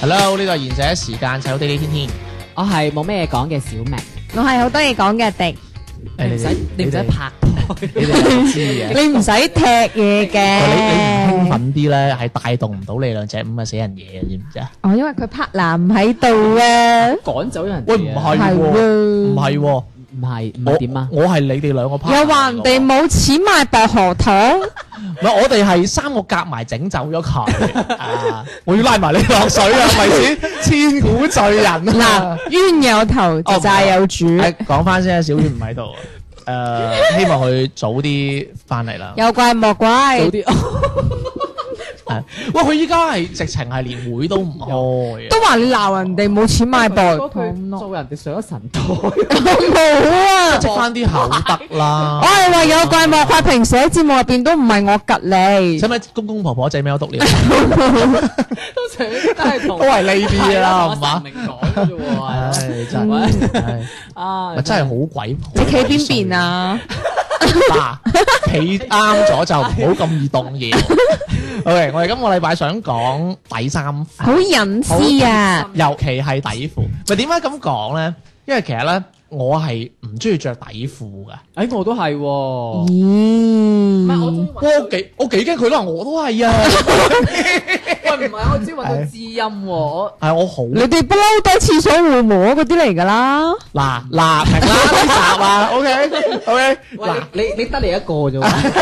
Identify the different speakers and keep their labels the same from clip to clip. Speaker 1: Hello，呢度係賢者時間，細佬地地天天。
Speaker 2: 我係冇咩嘢講嘅小明，
Speaker 3: 我係好多嘢講嘅迪，
Speaker 2: 你唔使你唔使拍拖，
Speaker 1: 你哋都知嘅。
Speaker 3: 你唔使踢
Speaker 1: 你
Speaker 3: 嘢
Speaker 1: 你唔興
Speaker 3: 嘅。
Speaker 1: 奮啲咧，係帶動唔到你兩隻咁嘅死人嘢嘅，知唔知啊？
Speaker 3: 哦，因為佢 partner 唔喺度啊。
Speaker 2: 趕走人哋
Speaker 1: 喂，
Speaker 2: 啊。
Speaker 1: 唔係
Speaker 3: 係
Speaker 1: 喎，
Speaker 3: 喎
Speaker 1: 唔係喎，
Speaker 2: 唔係唔
Speaker 1: 我
Speaker 2: 係點啊？
Speaker 1: 我係你哋兩個 partner
Speaker 3: 又話人哋
Speaker 1: 嚟
Speaker 3: 冇錢買薄 荷糖，
Speaker 1: 㗎喎，唔係我哋係三個夾埋整走咗佢 啊！我要拉埋你落水啊，係咪 先？千古罪人啊！
Speaker 3: 嗱，冤有頭
Speaker 1: 哦
Speaker 3: 就債有主，
Speaker 1: 誒講翻先啊，小遠唔喺度啊，誒希望佢早啲翻嚟啦。
Speaker 3: 有怪莫怪
Speaker 2: 早。啲
Speaker 1: 係喂，佢依家係直情係連會都唔開啊！
Speaker 3: 都話你鬧人哋冇錢買薄荷糖咯，
Speaker 2: 做人哋上咗神台，
Speaker 3: 我冇啊！
Speaker 1: 積翻啲口德啦
Speaker 3: 我！係話有怪莫怪，平時喺節目入邊都唔係我吉你
Speaker 1: 使。唔使公公婆婆仔喵督你？
Speaker 2: 通常 都係 同
Speaker 1: 都係呢啲啦，係
Speaker 2: 係啦
Speaker 1: 嘛
Speaker 2: 同？我神明講嘅啫喎
Speaker 1: 唉，
Speaker 2: 係
Speaker 1: 真係唉
Speaker 2: 咯，啊
Speaker 1: 咪真係好鬼！啊
Speaker 3: 你企邊邊？啊？
Speaker 1: 嗱，企啱咗就唔好咁易動 搖。OK，我哋今個禮拜想講底衫褲。
Speaker 3: 好隱私啊！
Speaker 1: 尤其係底褲。咪點解咁講咧？因為其實咧，我係唔中意着底褲嘅。
Speaker 2: 誒我都係喎，
Speaker 3: 咦？
Speaker 1: 我幾我幾驚佢啦，我都係啊，
Speaker 2: 喂唔係我只揾到知音喎，我
Speaker 1: 係我好
Speaker 3: 你哋不嬲都係廁所會摸嗰啲嚟㗎啦，
Speaker 1: 嗱嗱明啦呢集啊，OK OK
Speaker 2: 喂
Speaker 1: 嗱，
Speaker 2: 你你得你一個啫喎，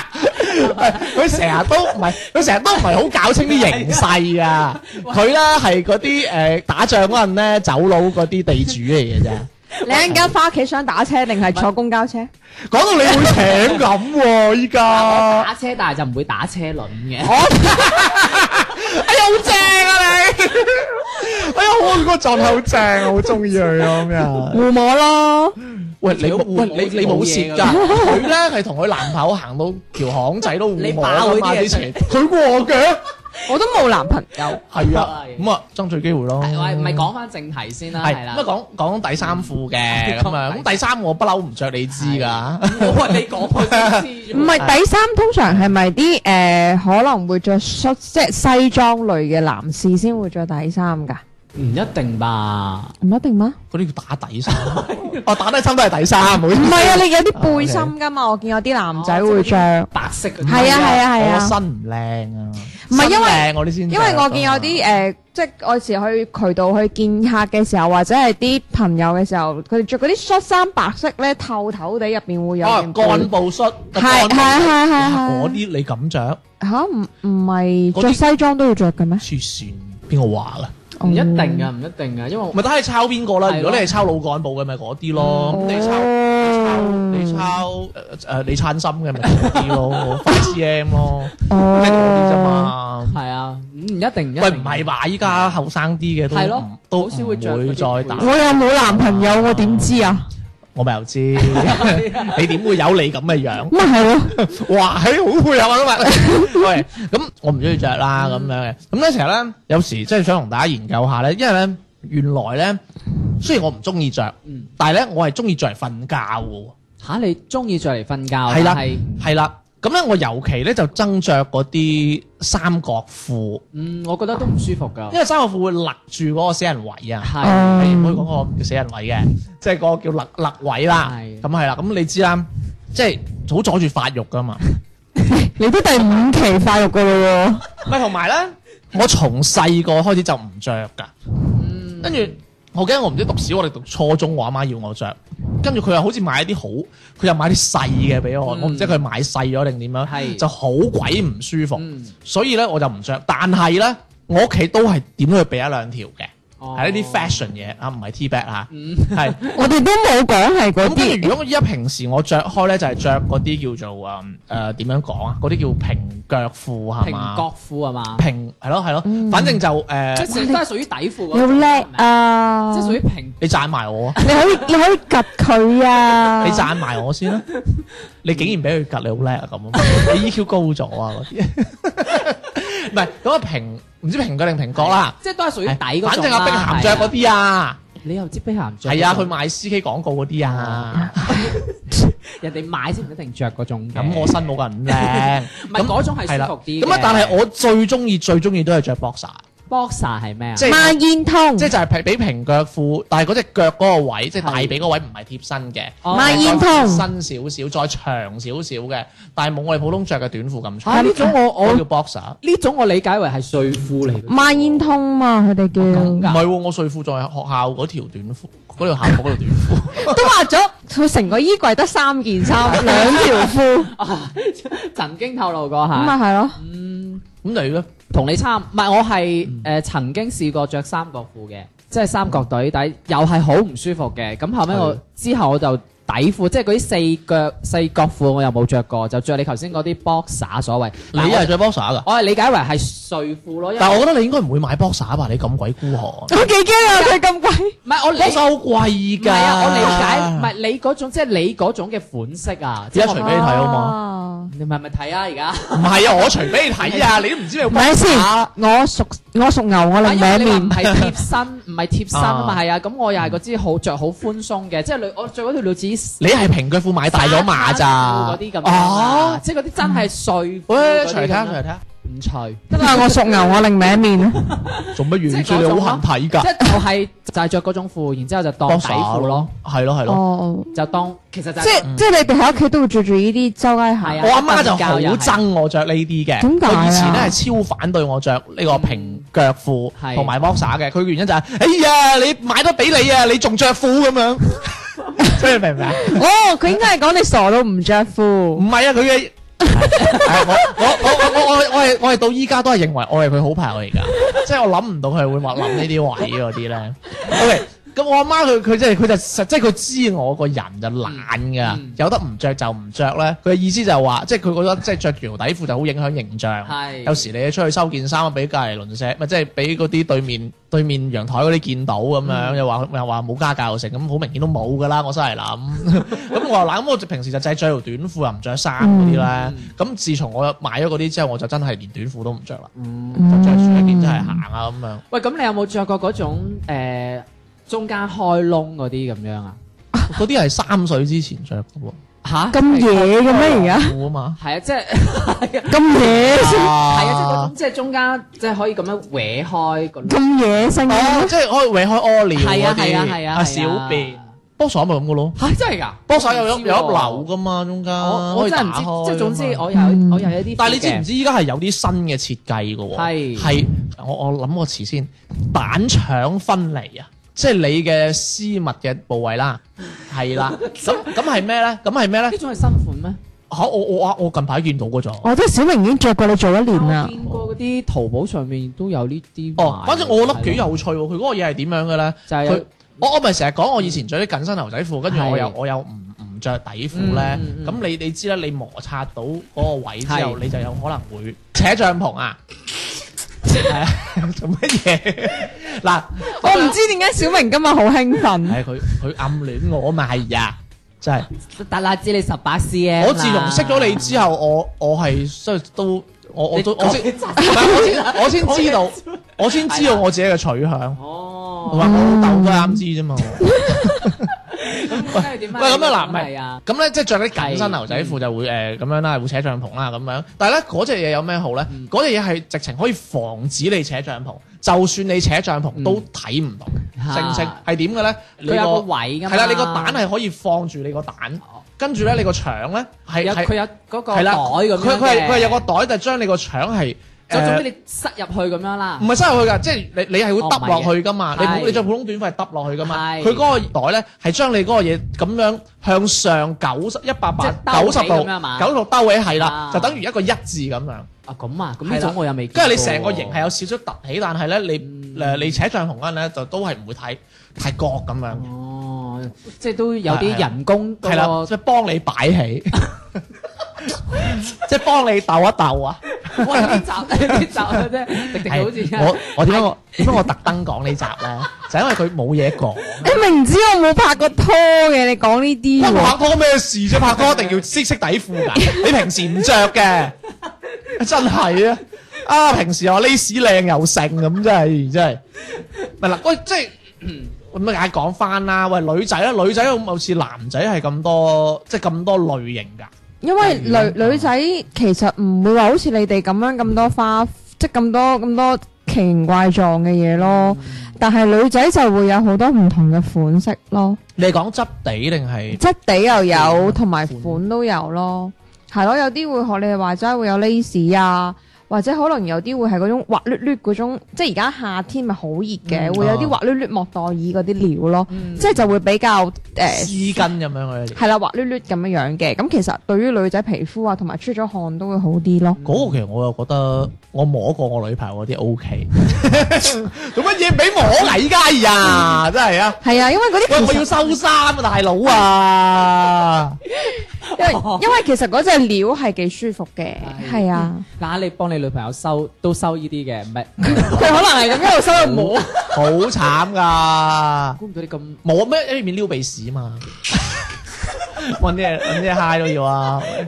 Speaker 1: 佢成日都唔係，佢成日都唔係好搞清啲形勢啊。 佢咧係嗰啲誒打仗嗰陣咧走佬嗰啲地主嚟嘅啫。
Speaker 3: 你一陣間翻屋企想打車定係坐公交車？
Speaker 1: 講到你會請咁喎，依家。
Speaker 2: 打車但係就唔會打車輪嘅。
Speaker 1: 哎呀，好正啊你！哎呀，我嗰個狀態好正，好中意佢咁樣。
Speaker 3: 互摸咯，
Speaker 1: 喂，你冇喂你你冇蝕㗎，佢咧係同佢男朋友行到條巷仔都 互
Speaker 2: 你
Speaker 1: 摸
Speaker 2: 爆
Speaker 1: 㗎
Speaker 2: 佢
Speaker 1: 嘛
Speaker 2: 啲嘢
Speaker 1: 之前，佢和嘅，
Speaker 3: 我都冇男朋友。
Speaker 1: 係啊，咁啊爭取機會咯。
Speaker 2: 喂，哎唔係講翻正題先啦，係
Speaker 1: 係咁
Speaker 2: 啦
Speaker 1: 啊，講講底衫褲 嘅咁啊，咁底衫我不嬲唔着，你知
Speaker 3: 啊
Speaker 1: 㗎。
Speaker 2: 我係你講我先知啫
Speaker 3: 唔係底衫，通常係咪啲誒可能會着恤即係西裝類嘅男士先會着底衫㗎？
Speaker 2: 唔一定吧？
Speaker 3: 唔一定嗎？
Speaker 1: 嗰啲叫打底 衫，哦打底衫都係底衫，唔好意思
Speaker 3: 唔係啊，你有啲背心㗎嘛？我見有啲男仔會着，哦係
Speaker 2: 白色嗰啲
Speaker 3: 啊係啊係
Speaker 1: 我
Speaker 3: 啊，
Speaker 1: 身唔靚啊，
Speaker 3: 唔係因為
Speaker 1: 身靚我啲先着
Speaker 3: 因
Speaker 1: 啊，
Speaker 3: 為我見有啲誒、呃即係我有時去渠道去見客嘅時候，或者係啲朋友嘅時候，佢哋着嗰啲恤衫白色咧，透透地入邊會有
Speaker 1: 哦，
Speaker 3: 件
Speaker 1: 幹部恤，
Speaker 3: 係係
Speaker 1: 幹部恤
Speaker 3: 係係
Speaker 1: 哇
Speaker 3: 係
Speaker 1: 嗰啲你咁着，
Speaker 3: 嚇唔唔係
Speaker 1: 嗰啲
Speaker 3: 着西裝都要着嘅咩？
Speaker 1: 黐線，邊個話啦？
Speaker 2: 唔一定啊噶，唔一定噶，因為
Speaker 1: 咪睇你抄邊個啦。
Speaker 2: 係
Speaker 1: 如
Speaker 2: 咯
Speaker 1: 果你係抄老幹部嘅，咪嗰啲咯。
Speaker 3: 嗯
Speaker 1: 咁你抄你抄呃誒誒李燦森嘅咪嗰啲 咯，快 CM 咯，即係嗰啲啫
Speaker 3: 哦，
Speaker 1: 嘛。
Speaker 2: 係啊，唔一定唔一定。
Speaker 1: 喂，唔係啊吧？依家後生啲嘅都
Speaker 2: 係咯
Speaker 1: 唔都
Speaker 2: 好少會着
Speaker 1: 唔會再打
Speaker 2: 嗰啲
Speaker 3: 我。有冇男朋友我點知啊？
Speaker 1: 我咪 又知，
Speaker 2: 啊
Speaker 1: 你點會有你咁嘅樣？
Speaker 3: 咁咪係 咯，
Speaker 1: 哇，係好配合啊今日。喂，咁我唔中意着啦
Speaker 2: 嗯
Speaker 1: 咁樣嘅。咁咧其實咧，有時真係想同大家研究下咧，因為咧原來咧，雖然我唔中意着，
Speaker 2: 嗯
Speaker 1: 但係咧我係中意着嚟瞓覺嘅喎。
Speaker 2: 嚇，你中意着嚟瞓覺，
Speaker 1: 係啦
Speaker 2: 但係
Speaker 1: 係啦，咁咧我尤其咧就憎着嗰啲三角褲，
Speaker 2: 嗯，我覺得都唔舒服㗎。
Speaker 1: 因為三角褲會勒住嗰個死人位啊。
Speaker 2: 係
Speaker 1: 係唔可以講個叫死人位嘅，即係嗰個叫勒勒位啦。
Speaker 2: 係
Speaker 1: 咁係啦，咁你知啦，即係好阻住發育噶嘛。
Speaker 3: 你都第五期發育㗎啦
Speaker 1: 咪同埋咧，我從細個開始就唔着㗎，
Speaker 2: 嗯
Speaker 1: 跟住我記得我唔知讀小，我哋讀初中，我阿媽要我着，跟住佢又好似買啲好，佢又買啲細嘅俾我，
Speaker 2: 嗯
Speaker 1: 我唔知佢買細咗定點樣，
Speaker 2: 係
Speaker 1: 就好鬼唔舒服，
Speaker 2: 嗯
Speaker 1: 所以咧我就唔着。但係咧，我屋企都係點都要俾一兩條嘅，係呢啲 fashion 嘢啊，唔係 T back 啊，
Speaker 2: 哦嗯
Speaker 1: 係
Speaker 3: 我哋都冇講係嗰
Speaker 1: 咁跟住，
Speaker 3: 啲
Speaker 1: 如果依家平時我着開咧，就係着嗰啲叫做誒誒點樣講啊？嗰啲叫平腳褲係
Speaker 2: 平
Speaker 1: 嘛？
Speaker 2: 角褲係嘛？
Speaker 1: 平係咯係咯，反正就呃
Speaker 2: 即
Speaker 1: 誒，
Speaker 2: 係都係屬於底褲嗰
Speaker 3: 你好
Speaker 2: 種
Speaker 3: 叻
Speaker 2: 係咪
Speaker 3: 啊！
Speaker 2: 即係屬於平
Speaker 1: 你讚埋我啊，
Speaker 3: 你可以你可以及佢啊！
Speaker 1: 你讚埋我先啦。你竟然俾佢夾，你好叻啊咁啊！你 EQ 高咗啊嗰啲， 唔係嗰個平唔知平腳定平角啦。
Speaker 2: 即係都係屬於底嗰種
Speaker 1: 反正阿碧
Speaker 2: 啦
Speaker 1: 鹹着嗰，啲
Speaker 2: 係
Speaker 1: 啊，
Speaker 2: 啊你又知碧鹹着嗰種？
Speaker 1: 係啊，佢賣 CK 廣告嗰啲啊，
Speaker 2: 人哋買先唔一定着嗰種嘅。
Speaker 1: 咁我身冇個人靚，
Speaker 2: 唔係嗰種係
Speaker 1: 係啦。
Speaker 2: 舒服啲嘅。
Speaker 1: 咁啊，但係我最中意最中意都係着 boxer。
Speaker 2: boxer 係咩啊？
Speaker 1: 即係
Speaker 3: 孖煙通，
Speaker 1: 即係就係平俾平腳褲，但係嗰只腳嗰個位，即係大髀嗰位唔係貼身嘅，
Speaker 2: 哦
Speaker 3: 孖煙
Speaker 1: 再
Speaker 3: 通。
Speaker 1: 身少少，再長少少嘅，但係冇我哋普通着嘅短褲咁長。
Speaker 2: 啊呢種我
Speaker 1: 嗰個
Speaker 2: 我
Speaker 1: 叫 boxer，
Speaker 2: 呢種我理解為係睡褲嚟嘅。
Speaker 3: 孖煙通嘛，佢哋
Speaker 1: 唔
Speaker 3: 叫
Speaker 1: 係喎，我睡褲仲係學校嗰條短褲，嗰條校服嗰條短褲，
Speaker 3: 都話咗，佢成個衣櫃得三件衫，兩條褲，
Speaker 2: 曾經透露過
Speaker 3: 咁
Speaker 2: 嚇
Speaker 1: 啊
Speaker 3: 咪，係咯。
Speaker 1: 咁你咧？
Speaker 2: 同你差唔唔係我係誒、
Speaker 1: 嗯
Speaker 2: 呃曾經試過着三角褲嘅，即係三角隊底，又係好唔舒服嘅。咁後尾我
Speaker 1: 係
Speaker 2: 之後我就底褲，即係嗰啲四腳四角褲我又冇着過，就着你頭先嗰啲 boxer 所謂。
Speaker 1: 你
Speaker 2: 但
Speaker 1: 又
Speaker 2: 我
Speaker 1: 係着 boxer 噶？
Speaker 2: 我係理解為係睡褲咯，因
Speaker 1: 但係
Speaker 2: 為
Speaker 1: 我覺得你應該唔會買 boxer 吧？你咁鬼孤寒
Speaker 3: 我幾驚啊！佢咁貴，
Speaker 2: 唔係我理唔
Speaker 1: ，boxer 好貴㗎。
Speaker 2: 係啊，我理解唔係你嗰種，即係你嗰種嘅款式啊，即
Speaker 1: 而家
Speaker 2: 係
Speaker 1: 除
Speaker 2: 我啊
Speaker 1: 俾你睇好嘛？
Speaker 3: 嘛？
Speaker 2: 你咪咪睇啊而家。
Speaker 1: 唔係啊，我除俾你睇 啊，你都唔知你有
Speaker 3: 唔係
Speaker 1: boxer
Speaker 3: 先，我屬我屬牛，我另
Speaker 2: 因為
Speaker 3: 一
Speaker 2: 你話唔
Speaker 3: 面。
Speaker 2: 係貼身，唔係貼身啊嘛，
Speaker 1: 啊
Speaker 2: 係啊，咁我又係嗰支好着好寬鬆嘅，即係女我着嗰條女子。
Speaker 1: 你係平腳褲買大咗碼咋？
Speaker 2: 嗰啲咁
Speaker 1: 哦
Speaker 2: 啊，，即係嗰啲真係碎。
Speaker 1: 喂，除嚟睇下，除嚟睇下。
Speaker 2: 唔除，
Speaker 3: 因為我屬 牛，我另一面。
Speaker 1: 做乜
Speaker 2: 即係
Speaker 1: 遠
Speaker 2: 嗰
Speaker 1: 處你
Speaker 2: 種
Speaker 1: 好
Speaker 2: 咯
Speaker 1: 痕睇
Speaker 2: 即
Speaker 1: 㗎？
Speaker 2: 係就係就係着嗰種褲，然之後就當底褲咯，，
Speaker 1: 係咯係咯。
Speaker 3: 哦，
Speaker 2: 就當其實就
Speaker 3: 即
Speaker 2: 係
Speaker 3: 係即係你哋喺屋企都會着住呢啲周街
Speaker 2: 係
Speaker 3: 鞋
Speaker 2: 啊。
Speaker 1: 我阿媽就好憎我着呢啲嘅，
Speaker 3: 點解啊
Speaker 1: 佢以前咧係超反對我着呢個平腳褲
Speaker 2: 係
Speaker 1: 同埋 boxer 嘅，佢嘅原因就係、哎呀，你買得俾你啊，你仲着褲咁樣， 即係明唔明啊？
Speaker 3: 哦，佢應該係講你傻到唔着褲
Speaker 1: 唔。係啊，佢嘅係我我我我我我我係我係到依家都係認為我係佢好朋友 嚟㗎，即係我諗唔到佢會話諗呢啲位嗰啲 咧。OK，咁我阿媽佢佢即係佢就實即係佢知我個人就懶㗎，
Speaker 2: 嗯
Speaker 1: 有得唔着就唔着咧。佢嘅意思就係話，即係佢覺得即係着條底褲就好影響形象。
Speaker 2: 係
Speaker 1: 有時你出去收件衫啊，俾隔離鄰舍，咪即係俾嗰啲對面對面陽台嗰啲見到咁樣，又話又話冇家教又成，咁好明顯都冇噶啦，我真係諗。咁我話嗱，咁我就平時就淨係着條短褲啊又唔着衫嗰
Speaker 2: 嗯
Speaker 1: 啲咧。咁自從我買咗嗰啲之後，我就真係連短褲都唔着啦，
Speaker 2: 嗯
Speaker 1: 就着住一件真係行啊咁樣。
Speaker 2: 喂，咁你有冇着過嗰種誒中間開窿嗰啲咁樣啊？
Speaker 1: 嗰啲係三歲之前着嘅喎，
Speaker 2: 吓
Speaker 3: 咁野嘅咩？而
Speaker 1: 褲啊嘛。
Speaker 2: 係啊，即係
Speaker 3: 家咁野
Speaker 1: 係
Speaker 2: 係啊，即係
Speaker 1: À.
Speaker 2: 嗰種即係中間即係可以咁樣搲開個窿。
Speaker 3: 咁野性
Speaker 1: 哦，
Speaker 3: 嘅
Speaker 1: 即係可以搲開屙尿
Speaker 2: 係
Speaker 1: 嗰
Speaker 2: 啊
Speaker 1: 啲，
Speaker 2: 係啊係啊，係啊
Speaker 1: 小便。波手咪咁嘅咯，
Speaker 2: 嚇真係㗎，
Speaker 1: 波手有有有
Speaker 2: 我唔
Speaker 1: 一
Speaker 2: 知喎
Speaker 1: 樓噶嘛，中間
Speaker 2: 我我真係唔知，即係總之我有我有一啲。
Speaker 1: 但係你知唔知依家係有啲新嘅設計嘅喎？
Speaker 2: 係
Speaker 1: 係我我諗個詞先，蛋腸分離啊！即係你嘅私密嘅部位啦，係 啦。咁咁係咩咧？咁係咩咧
Speaker 2: 呢？種係新款咩？
Speaker 1: 嚇我我我近排見到嗰種。
Speaker 3: 我即係小明已經着過你做一年
Speaker 2: 我
Speaker 3: 啦。
Speaker 2: 見過嗰啲淘寶上面都有呢啲賣。
Speaker 1: 哦，反正我覺得幾有趣喎。佢嗰個嘢係點樣嘅咧？
Speaker 2: 就係
Speaker 1: 佢我我咪成日講我以前着啲緊身牛仔褲，跟住我
Speaker 2: 係
Speaker 1: 又我又唔唔著底褲咧
Speaker 2: 嗯嗯。嗯
Speaker 1: 咁你你知啦，你摩擦到嗰個位之
Speaker 2: 係
Speaker 1: 後，你就有可能會扯帳篷啊！ 係啊，做乜嘢？嗱，
Speaker 3: 我唔知點解小明今日好興奮。
Speaker 1: 係佢佢暗戀我咪呀！真係，
Speaker 2: 達拉知你十八啊 cm 啦。
Speaker 1: 我自從識咗你之後，我我係即係都我我都
Speaker 2: 你
Speaker 1: 我先唔 係我先我先知道，我先知道我自己嘅取向。
Speaker 2: 哦，
Speaker 1: 同埋我老豆都係啱知啫嘛。
Speaker 2: 咁點啊？
Speaker 1: 喂咁啊嗱唔係
Speaker 2: 係啊，
Speaker 1: 咁咧即係着啲緊身牛仔褲就會誒咁樣啦，會扯帳篷啦咁樣。但係咧嗰只嘢有咩好咧？嗰只嘢係直情可以防止你扯帳篷，就算你扯帳篷都睇唔到，正唔正
Speaker 2: 啊
Speaker 1: 係點嘅咧？你
Speaker 2: 佢有個位㗎嘛
Speaker 1: 係啦，你個蛋係可以放住你個蛋
Speaker 2: 哦，
Speaker 1: 跟住咧你個腸咧係
Speaker 2: 有
Speaker 1: 係
Speaker 2: 佢有嗰個
Speaker 1: 係
Speaker 2: 袋
Speaker 1: 啦，佢
Speaker 2: 咁樣
Speaker 1: 佢係
Speaker 2: 嘅
Speaker 1: 佢係有個袋，就將你個腸係
Speaker 2: 就
Speaker 1: 誒
Speaker 2: 總之你塞入去咁樣啦
Speaker 1: 唔。係塞入去㗎，即係你你係會
Speaker 2: 哦
Speaker 1: 揼落去㗎嘛？
Speaker 2: 唔係嘅
Speaker 1: 你普你著普通短褲係揼落去㗎嘛？
Speaker 2: 係
Speaker 1: 佢嗰個袋咧係將你嗰個嘢咁樣向上九十一百八
Speaker 2: 即係
Speaker 1: 九
Speaker 2: 兜
Speaker 1: 十
Speaker 2: 起
Speaker 1: 度
Speaker 2: 咁樣嘛
Speaker 1: 九十度兜起係啦
Speaker 2: 啊，
Speaker 1: 就等於一個一字咁樣。
Speaker 2: 啊咁啊，咁
Speaker 1: 係
Speaker 2: 呢
Speaker 1: 啦
Speaker 2: 種我又未見
Speaker 1: 跟
Speaker 2: 過。
Speaker 1: 住你成個型係有少少凸起，但係咧你誒你扯帳紅嗰陣咧，就都係唔會太太角咁樣嘅，
Speaker 2: 哦，即係都有啲人工
Speaker 1: 係啦，
Speaker 2: 嗰
Speaker 1: 即係幫你擺 起，即係幫你鬥一鬥啊！
Speaker 2: 個，喂呢集呢集啫，迪迪好似
Speaker 1: 係我我點解我點解我特登講呢集咧？就因為佢冇嘢講。
Speaker 3: 你明知我冇拍過拖嘅，你講呢啲
Speaker 1: 關我拍
Speaker 3: 喎，
Speaker 1: 拖咩事啫？拍拖一定要識識底褲㗎，你平時唔着嘅， 真係啊！啊，平時又話呢屎靚又剩咁，真係真係。咪嗱，喂，即係嗯咁解講翻啦。喂，女仔咧，女仔有冇似男仔係咁多，即係咁多類型㗎？
Speaker 3: 因為女女仔
Speaker 1: 啊
Speaker 3: 其實唔會話好似你哋咁樣咁多花，即係咁多咁多奇形怪狀嘅嘢咯。
Speaker 1: 嗯
Speaker 3: 但係女仔就會有好多唔同嘅款式咯，
Speaker 1: 你係講質地定係
Speaker 3: 質地又有，
Speaker 1: 嗯
Speaker 3: 同埋
Speaker 1: 款
Speaker 3: 款都有咯。係咯，有啲會學你哋話齋會有 lace 啊，或者可能有啲會係嗰種滑捋捋嗰種，即係而家夏天咪好熱嘅，
Speaker 1: 嗯
Speaker 3: 會有啲
Speaker 1: 啊
Speaker 3: 滑捋捋莫代爾嗰啲料咯，即係就會比呃較誒
Speaker 1: 絲巾咁樣嗰啲？
Speaker 3: 係啦，滑捋捋咁樣樣嘅。咁其實對於女仔皮膚啊，同埋出咗汗都會好啲咯。
Speaker 1: 嗰個其實我又覺得我摸過我女朋友嗰啲 O K，做乜嘢俾摸嚟㗎哎呀？真係啊！
Speaker 3: 係啊，因為嗰
Speaker 1: 喂，
Speaker 3: 啲
Speaker 1: 我
Speaker 3: 其
Speaker 1: 要
Speaker 3: 實
Speaker 1: 收衫啊，大佬啊！
Speaker 3: 因 為因為其實嗰只料係幾舒服嘅，
Speaker 2: 係
Speaker 3: 哦係啊，
Speaker 2: 嗱，你幫你女朋友收都收呢啲嘅，唔係
Speaker 3: 佢可能係咁一路收到摸。
Speaker 1: 好慘噶，
Speaker 2: 估唔到你咁
Speaker 1: 冇啊咩喺裏面撩鼻屎嘛， 搵啲嘢搵啲嘢 high 都要啊！嗯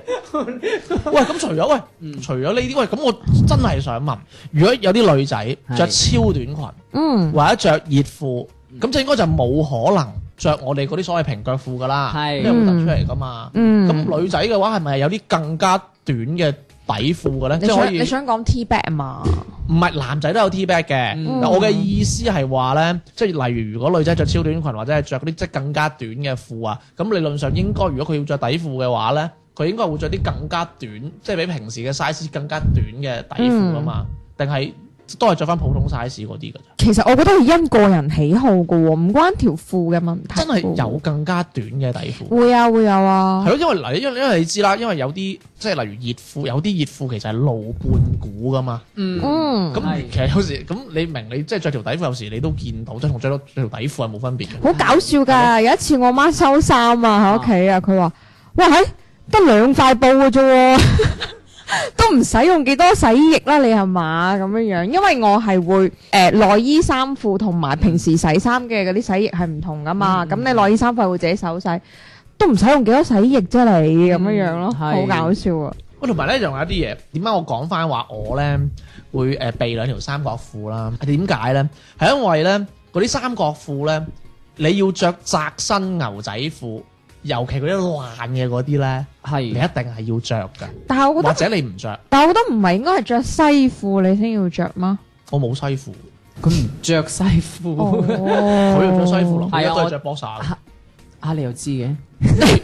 Speaker 1: 喂，咁除咗喂，除咗呢啲喂，咁我真係想問，如果有啲女仔
Speaker 2: 係
Speaker 1: 着超短裙
Speaker 3: 嗯，
Speaker 1: 或者着熱褲，咁就應該就冇可能着我哋嗰啲所謂平腳褲噶啦，
Speaker 2: 係
Speaker 1: 因為會突出嚟噶嘛。
Speaker 3: 嗯
Speaker 1: 咁女仔嘅話係咪有啲更加短嘅底褲嘅咧？
Speaker 3: 你
Speaker 1: 即係可
Speaker 3: 想
Speaker 1: 以
Speaker 3: 你想講 T back 啊嘛？
Speaker 1: 唔係男仔都有 T back 嘅，
Speaker 2: 嗯
Speaker 1: 但我嘅意思係話咧，即係例如如果女仔着超短裙或者係着嗰啲即係更加短嘅褲啊，咁理論上應該如果佢要着底褲嘅話咧，佢應該會着啲更加短，即係比平時嘅 size 更加短嘅底褲啊嘛，定係都係着翻普通 size 嗰啲㗎咋？
Speaker 3: 其實我覺得係因個人喜好噶喎，唔關條褲嘅問題
Speaker 1: 真
Speaker 3: 㗎喎。
Speaker 1: 係有更加短嘅底褲。
Speaker 3: 會啊會有啊
Speaker 1: 係，咯，因為嗱，因為因為你知啦，因為有啲即係例如熱褲，有啲熱褲其實係露半股噶嘛。
Speaker 2: 嗯
Speaker 3: 嗯，
Speaker 1: 咁
Speaker 2: 係
Speaker 1: 其實有時咁你明，你即係着條底褲有時你都見到，即係同着條底褲係冇分別嘅。
Speaker 3: 好搞笑㗎！有一次我媽收衫啊喺屋企啊，佢 話：哇，係得兩塊布嘅啫喎，都唔使用幾多洗衣液啦，你係嘛咁樣樣？因為我係會誒內衣衫褲同埋平時洗衫嘅嗰啲洗衣液係唔同㗎嘛，咁你內衣衫褲係會自己手洗。都唔使用幾多洗衣液啫，你咁樣樣咯，
Speaker 2: 嗯
Speaker 3: 好
Speaker 2: 係
Speaker 3: 搞笑啊！
Speaker 1: 喂，同埋咧，仲有一啲嘢，點解我講翻話我咧會誒備兩條三角褲啦？係點解咧？係因為咧嗰啲三角褲咧，你要着窄身牛仔褲，尤其嗰啲爛嘅嗰啲咧，你一定
Speaker 2: 係
Speaker 1: 係要着㗎，
Speaker 3: 但係我覺
Speaker 1: 或
Speaker 3: 得，
Speaker 1: 者你唔着，
Speaker 3: 但係我覺得唔係應該係着西褲你先要着 嗎？
Speaker 1: 我冇西褲，
Speaker 2: 佢唔着西褲，
Speaker 1: 佢
Speaker 3: 佢
Speaker 1: 又着西褲咯，
Speaker 2: 係啊
Speaker 1: 我都係
Speaker 2: 我
Speaker 1: 着 boxer 嘅。
Speaker 2: 啊你又知嘅，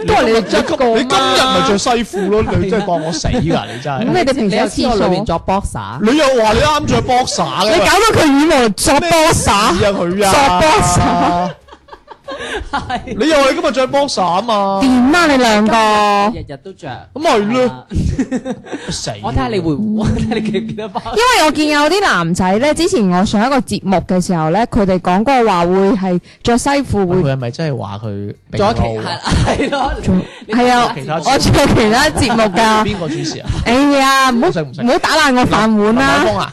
Speaker 3: 都 係你哋着過
Speaker 1: 你今日咪
Speaker 3: 嘛
Speaker 1: 着西褲咯？你真係當我死㗎！你真係，
Speaker 3: 咁你哋平時
Speaker 2: 你
Speaker 3: 喺
Speaker 2: 又知
Speaker 3: 廁
Speaker 2: 我裏
Speaker 3: 所
Speaker 2: 邊。作 boxer，
Speaker 1: 你又話你啱着 boxer
Speaker 3: 你
Speaker 1: 嘅
Speaker 3: 搞。到佢羽毛作
Speaker 1: 咩
Speaker 3: 波
Speaker 1: 事啊
Speaker 3: 耍，
Speaker 1: 佢啊
Speaker 3: 着，
Speaker 1: 你又係今日着 boxer 啊嘛，
Speaker 3: 點啊你兩個？
Speaker 2: 日日都着。
Speaker 1: 咁咪咯，
Speaker 2: 啊
Speaker 3: 啊
Speaker 1: 死！
Speaker 2: 我睇下你會，我睇下你記唔記得包。
Speaker 3: 因為我見有啲男仔咧，之前我上一個節目嘅時候咧，佢哋講過話會係着西褲
Speaker 1: 喂
Speaker 3: 會，
Speaker 1: 佢係咪真係話佢
Speaker 2: 仲有其
Speaker 1: 並冇啊
Speaker 2: 係咯，你
Speaker 3: 係啊
Speaker 2: 你
Speaker 1: 其他
Speaker 3: 我做其他節目㗎。
Speaker 1: 邊個主持啊？
Speaker 3: 哎呀，唔好
Speaker 1: 唔識唔識
Speaker 3: 唔好打爛我飯碗
Speaker 1: 林海
Speaker 3: 啦！
Speaker 1: 峰啊，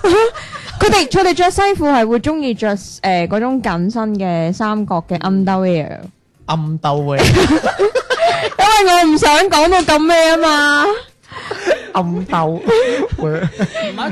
Speaker 3: 佢哋佢哋着西褲係會中意着誒嗰種緊身嘅三角嘅 underwear，
Speaker 1: 暗鬥嘅，
Speaker 3: 因為我唔想講到咁咩啊嘛。
Speaker 1: 暗鬥。
Speaker 2: 唔係，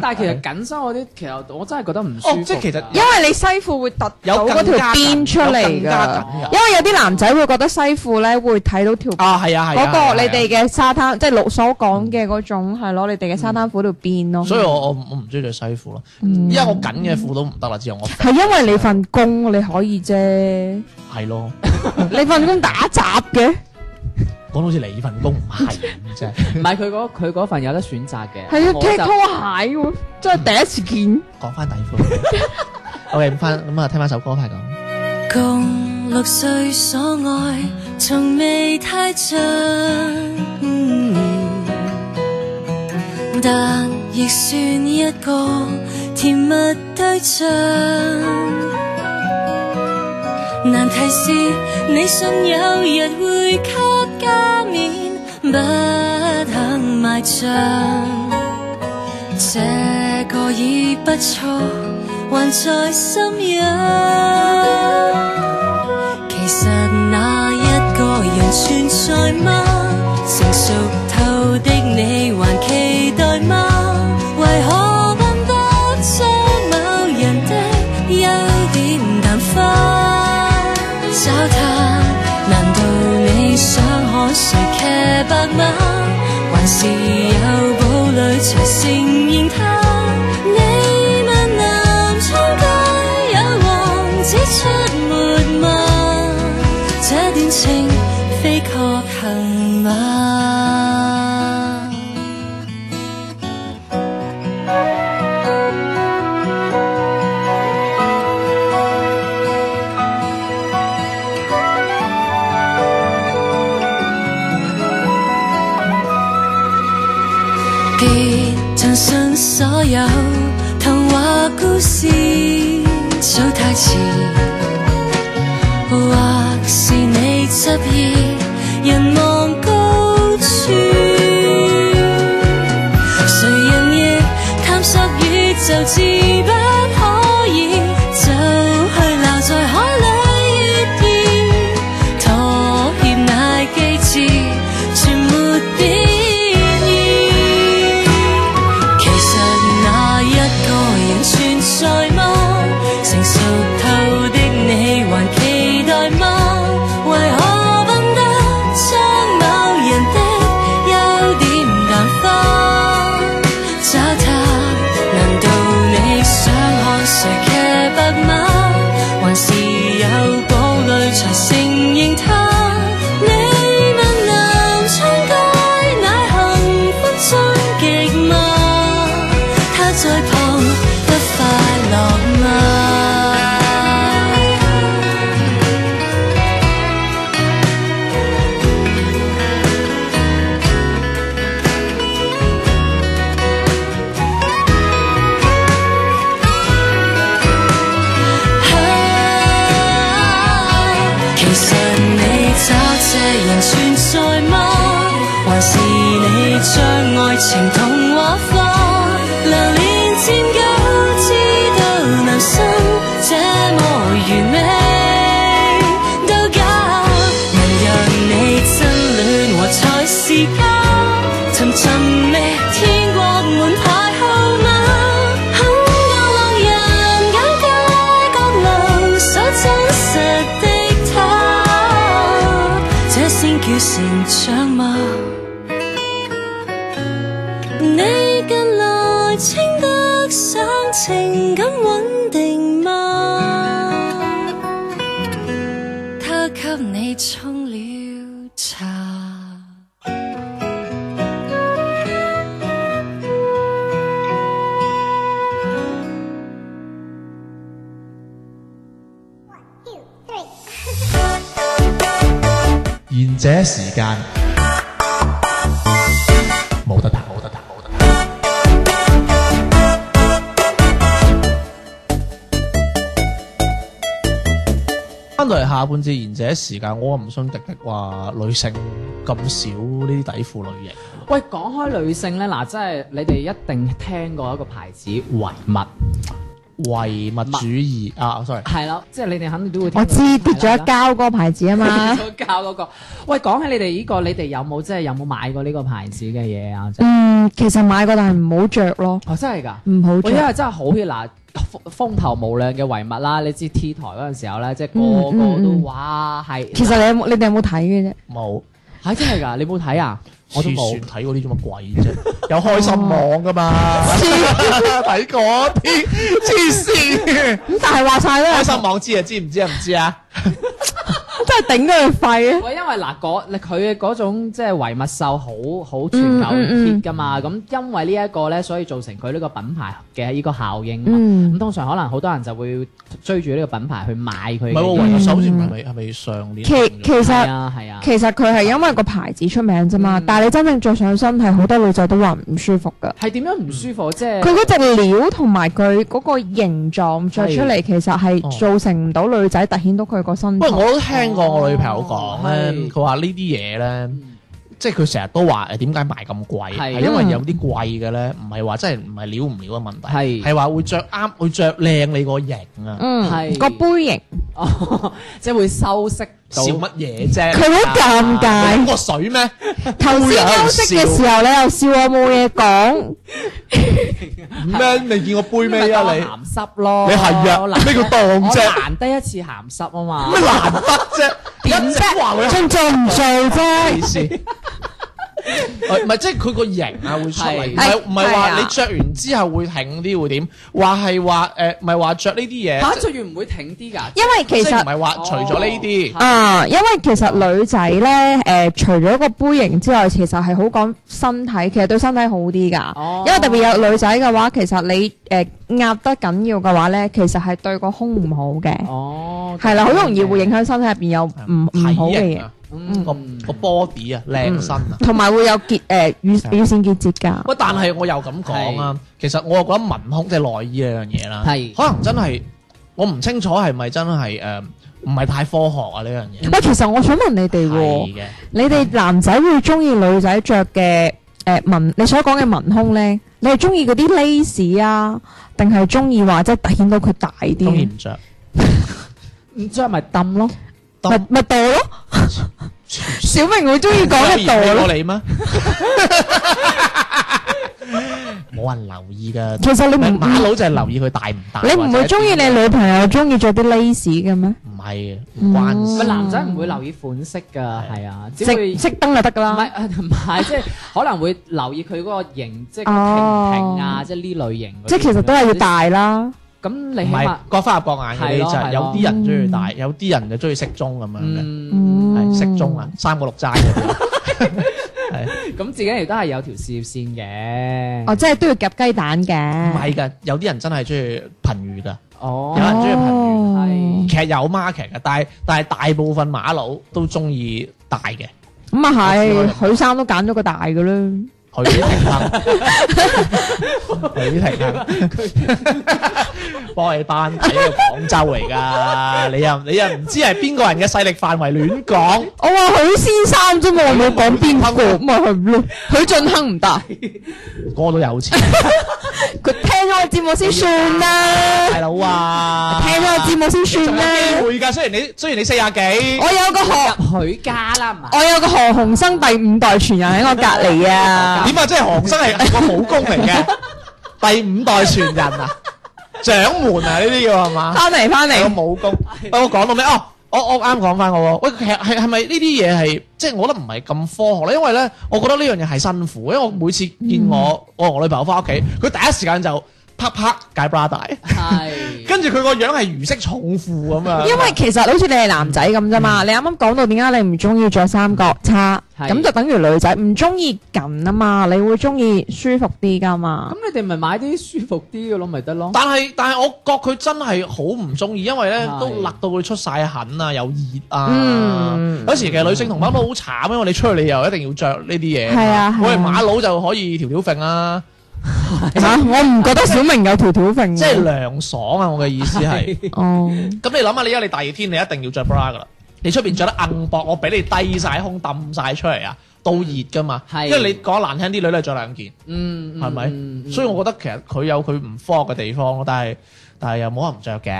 Speaker 2: 但係其實緊身嗰啲，其實我真係覺得唔舒服
Speaker 1: 哦
Speaker 2: 㗎。，
Speaker 1: 即係其實
Speaker 3: 因為你西褲會突到嗰條邊出嚟
Speaker 1: 有更加緊，
Speaker 3: 㗎
Speaker 1: 㗎
Speaker 3: 因為有啲男仔會覺得西褲咧會睇到條
Speaker 1: 啊，係啊，係啊。係
Speaker 3: 嗰
Speaker 1: 啊
Speaker 3: 個你哋，嘅沙灘，即係老所講嘅嗰種係咯，你哋嘅沙灘褲條邊咯。
Speaker 1: 嗯所以我我唔我唔中意着西褲咯。依家我緊嘅褲都唔得啦，之後我
Speaker 3: 嗯係啊因為你份工你可以啫，
Speaker 1: 係咯，
Speaker 3: 你份工打雜嘅，
Speaker 1: 講到好似你份工唔係咁啫。
Speaker 2: 唔係佢嗰佢嗰份有得選擇嘅，
Speaker 3: 係要啊
Speaker 2: 我
Speaker 3: 踢
Speaker 2: 就
Speaker 3: 拖鞋喎，真係第一次見。
Speaker 1: 講翻底褲。OK，咁翻咁啊，聽翻首歌翻嚟講。
Speaker 4: 共六歲所愛，從未太長，但亦算一個天甜蜜對象。難題是你信有日會給加冕，不肯埋帳。這個已不錯，還在心癢。其實那一個人存在嗎？成熟透的你還期待嗎？為何揾不出某人的優點曇花？找他，難道你想看誰騎白馬？還是有堡壘才承認他？你問南昌街有王子出沒嗎？這段情非確行嗎？別曾信所有童話故事，早太遲。或是你執意人望高處，誰人亦探索宇宙自不可以，就去鬧在海裏熱變。妥協乃機智，全沒必要。其實那一個人存在嗎？成熟透的你還期待嗎？為何分得出某人的優點曇花？找他，難道你想看誰騎白馬？還是有堡壘才承認他？你問南昌街乃幸福終極嗎？他在旁不快樂嗎？其實你找這人存在嗎？還是你將愛情童話化？留戀漸久，知道男生這麼完美都假，能讓你真戀我才是家。尋尋覓天國門牌號碼，很多浪人搞街角路所真實的他，這先叫成長嗎？你近來稱得上情感穩定嗎？他給你沖了茶。
Speaker 1: 贤者時間冇得彈，冇得彈，冇得彈。翻到嚟下半節賢者時間，我唔信迪迪話女性咁少呢啲底褲類型。
Speaker 2: 喂，講開女性咧，嗱，即係你哋一定聽過一個牌子唯物，
Speaker 1: 唯物主義啊，sorry，
Speaker 2: 係啦，即係你哋肯定都會聽過。
Speaker 3: 我知跌咗
Speaker 2: 係
Speaker 3: 一
Speaker 2: 啦
Speaker 3: 跤嗰個牌子啊嘛。
Speaker 2: 跌咗膠嗰個。 喂，講起你哋呢個，你哋有冇即係有冇買過呢個牌子嘅嘢啊？
Speaker 3: 嗯，其實買過，但係唔好着咯，
Speaker 2: 哦，真係㗎。
Speaker 3: 唔好
Speaker 2: 我因
Speaker 3: 着。
Speaker 2: 為真係好 hit 嗱，風風頭無兩嘅遺物啦，你知 T 台嗰陣時候咧，即係個
Speaker 3: 嗯
Speaker 2: 個
Speaker 3: 嗯
Speaker 2: 都
Speaker 3: 嗯
Speaker 2: 哇係，
Speaker 3: 其實你有冇你哋有冇睇嘅啫？
Speaker 1: 冇，
Speaker 2: 係真係㗎，你冇睇啊？
Speaker 1: 我
Speaker 2: 我
Speaker 1: 都
Speaker 2: 都
Speaker 1: 冇
Speaker 2: 冇
Speaker 1: 睇過呢種乜鬼啫， 有開心網噶嘛， 睇嗰啲黐線，
Speaker 3: 咁但係話晒啦，
Speaker 1: 開心網知啊，知唔知啊？唔知啊？
Speaker 3: 真係頂咗佢肺啊！
Speaker 2: 喂，因為嗱，嗰佢嗰種即係遺物秀好好全球
Speaker 3: 嗯嗯
Speaker 2: hit 㗎嘛，咁因為呢一個咧，所以造成佢呢個品牌嘅呢個效應啊嘛。咁
Speaker 3: 嗯，
Speaker 2: 通常可能好多人就會追住呢個品牌去買佢嘅嘢。
Speaker 1: 唔係喎，唯有手好似唔係咪係咪上年
Speaker 3: 嗯其
Speaker 1: 定咗
Speaker 3: 其實
Speaker 2: 係啊係啊，
Speaker 3: 其實佢係因為個牌子出名啫嘛，
Speaker 2: 嗯
Speaker 3: 但係你真正着上身係好多女仔都話唔舒服㗎。
Speaker 2: 係點樣唔舒服？即係
Speaker 3: 佢嗰隻料同埋佢嗰個形狀着出嚟，其實
Speaker 1: 哦
Speaker 3: 係造成唔到女仔突顯到佢個身
Speaker 1: 不
Speaker 3: 材。
Speaker 1: 過我都聽過我女朋友講咧，
Speaker 2: 哦係
Speaker 1: 佢話呢啲嘢咧，
Speaker 3: 嗯
Speaker 1: 即係佢成日都話誒點解賣咁貴？
Speaker 2: 係
Speaker 1: 係因為有啲貴嘅咧，唔係話真係唔係料唔料嘅問題，
Speaker 2: 係
Speaker 1: 係話會着啱，會着靚你個型啊！
Speaker 3: 嗯，
Speaker 2: 係
Speaker 3: 個杯型，
Speaker 2: 哦， 即係會修飾
Speaker 1: 笑
Speaker 2: 到。
Speaker 1: 乜嘢啫？
Speaker 3: 佢好尷
Speaker 1: 你飲
Speaker 3: 尬。
Speaker 1: 過水咩？
Speaker 3: 頭先休息嘅時候，你又笑我冇嘢講，
Speaker 1: 咩？你未見過杯
Speaker 2: 咪
Speaker 1: 咩
Speaker 2: 當
Speaker 1: 啊？你
Speaker 2: 鹹濕咯，
Speaker 1: 你係啊
Speaker 2: 我難得
Speaker 1: 咩叫當啫
Speaker 2: 我難得一次鹹濕啊嘛，
Speaker 1: 咩難得啫？一直都話佢
Speaker 3: 仲做唔做啫？
Speaker 1: 事。 唔係，即係佢個型啊會出嚟，唔係
Speaker 3: 係
Speaker 1: 唔係話
Speaker 3: 係
Speaker 1: 你着完之後會挺啲會點，話係話誒，唔係話着呢啲嘢，
Speaker 2: 嚇着完唔會挺啲㗎，
Speaker 3: 因為
Speaker 1: 即
Speaker 3: 其
Speaker 1: 係唔
Speaker 3: 實。
Speaker 1: 係話除咗呢啲
Speaker 2: 哦
Speaker 3: 啊，因為其實女仔咧，誒、除咗個杯型之外，其實係好講身體，其實對身體好啲㗎。
Speaker 2: 哦
Speaker 3: 因為特別有女仔嘅話，其實你誒、壓得緊要嘅話咧，其實係對個胸唔好嘅，
Speaker 2: 哦，
Speaker 3: 係啦、好容易會影響身體入邊有唔唔好嘅
Speaker 1: 體型
Speaker 3: 嘢，
Speaker 1: 啊，
Speaker 2: 嗯
Speaker 1: 個個 body 啊，靚身啊。
Speaker 3: 同埋會有結誒、呃乳乳腺結節㗎。
Speaker 1: 喂，但係我又咁講啊，其實我又覺得文胸即係內衣呢樣嘢啦，
Speaker 2: 係
Speaker 1: 可能真係我唔清楚係咪真係誒唔係太科學啊呢樣嘢。
Speaker 3: 喂，其實我想問你哋
Speaker 1: 係
Speaker 3: 喎，
Speaker 1: 嘅，
Speaker 3: 你哋男仔會中意女仔着嘅誒文，你所講嘅文胸咧，你係中意嗰啲 lace 啊，定係中意話即係突顯到佢大啲？
Speaker 1: 當然唔着。
Speaker 2: 唔着咪抌咯，
Speaker 3: 咪咪墮 咯，小明會中意講嘅
Speaker 1: 有
Speaker 3: 墮
Speaker 1: 人理
Speaker 3: 咯。
Speaker 1: 過你咩？ 冇人留意噶，
Speaker 3: 其實你唔
Speaker 1: 馬佬就係留意佢大唔大。
Speaker 3: 你唔會中意你女朋友中意着啲 lace 嘅咩？
Speaker 1: 唔係嘅，唔關
Speaker 2: 咪
Speaker 1: 事。
Speaker 2: 男仔唔會留意款式㗎，係啊，只會
Speaker 3: 熄。熄燈就得噶
Speaker 2: 唔係
Speaker 3: 啦。
Speaker 2: 啊唔係，即係可能會留意佢嗰個型，即係停唔停啊，
Speaker 3: 哦
Speaker 2: 即係呢類型嗰啲。
Speaker 3: 即係其實都係要大啦。
Speaker 2: 咁，你
Speaker 1: 唔
Speaker 2: 起
Speaker 1: 係
Speaker 2: 碼
Speaker 1: 各花入各眼嘅，
Speaker 2: 係
Speaker 1: 你就
Speaker 2: 咯
Speaker 1: 係
Speaker 2: 係
Speaker 1: 有
Speaker 2: 咯
Speaker 1: 啲人中意大，有啲人就中意適中咁樣嘅，
Speaker 2: 嗯，
Speaker 1: 係適中啊，三個六齋嗰 啲。係
Speaker 2: 咁自己亦都係有條事業線嘅。
Speaker 3: 哦，即係都要夾雞蛋嘅。
Speaker 1: 唔係㗎？有啲人真係中意貧乳㗎，有
Speaker 2: 哦，
Speaker 1: 人中意貧乳㗎。
Speaker 2: 係
Speaker 1: 其實有 market 嘅，但係但係大部分馬佬都中意大嘅，
Speaker 3: 咁
Speaker 1: 我
Speaker 3: 啊
Speaker 1: 知
Speaker 3: 係，許生都揀咗個大嘅啦。
Speaker 1: 許廷鏗，許廷鏗，幫你班底嘅廣州嚟㗎，你又你又唔知係邊個人嘅勢力範圍亂講，
Speaker 3: 我話許先生啫嘛，我冇講邊 個，咪係咯。許俊亨唔得，
Speaker 1: 個都有錢，
Speaker 3: 佢聽咗我節目先算 啦。
Speaker 1: 大佬啊，
Speaker 3: 聽咗我節目先算
Speaker 1: 仲有
Speaker 3: 啦
Speaker 1: 機。會㗎，雖然你雖然你四廿幾，
Speaker 3: 我有個學，
Speaker 2: 入佢家啦，唔係
Speaker 3: 我有個何鴻燊第五代傳人喺我隔
Speaker 2: 哎
Speaker 3: 離啊。
Speaker 1: 點啊？即係韓生係個武功嚟嘅，第五代傳人啊，掌門啊，呢啲叫係嘛？
Speaker 3: 翻嚟翻
Speaker 1: 係
Speaker 3: 嚟，
Speaker 1: 個武功。喂，我講到咩？哦，我我啱講翻我喎。喂，其實係係咪呢啲嘢係即係我覺得唔係咁科學咧？因為咧，我覺得呢樣嘢係辛苦，因為我每次見我
Speaker 3: 嗯
Speaker 1: 我同我女朋友翻屋企，佢第一時間就啪啪解 bra 帶，
Speaker 2: 係
Speaker 1: 跟住佢個樣係如釋重負咁啊。
Speaker 3: 因為其實好似你係男仔咁啫
Speaker 1: 嗯
Speaker 3: 嘛，你啱啱講到點解你唔中意着三角叉，
Speaker 2: 係
Speaker 3: 咁就等於女仔唔中意緊啊嘛，你會中意舒服啲噶嘛
Speaker 2: 咁，你哋咪買啲舒服啲嘅咯，咪得咯。
Speaker 1: 但係但係，我覺佢真係好唔中意，因為咧
Speaker 2: 係
Speaker 1: 都勒到佢出晒痕啊，又熱啊。
Speaker 3: 嗯
Speaker 1: 有時其實女性同胞都好慘，因為你出去你又一定要着呢啲嘢。
Speaker 3: 係啊
Speaker 1: 我哋
Speaker 3: 係啊
Speaker 1: 馬佬就可以條條揈啊啦，
Speaker 3: 吓，我唔覺得小明有條條揈，
Speaker 1: 即係涼爽啊！我嘅意思 係。
Speaker 3: 哦，
Speaker 1: 咁你諗下，你而家你大熱天，你一定要着 bra 噶啦。你出邊着得硬薄，我俾你低晒胸揼晒出嚟啊，到熱噶嘛。
Speaker 2: 係
Speaker 1: 因為你講難聽啲，女都係着兩件，
Speaker 2: 嗯，
Speaker 1: 係咪？
Speaker 2: 嗯
Speaker 1: 所以我覺得其實佢有佢唔科學嘅地方咯，但係但係又冇人唔着 嘅。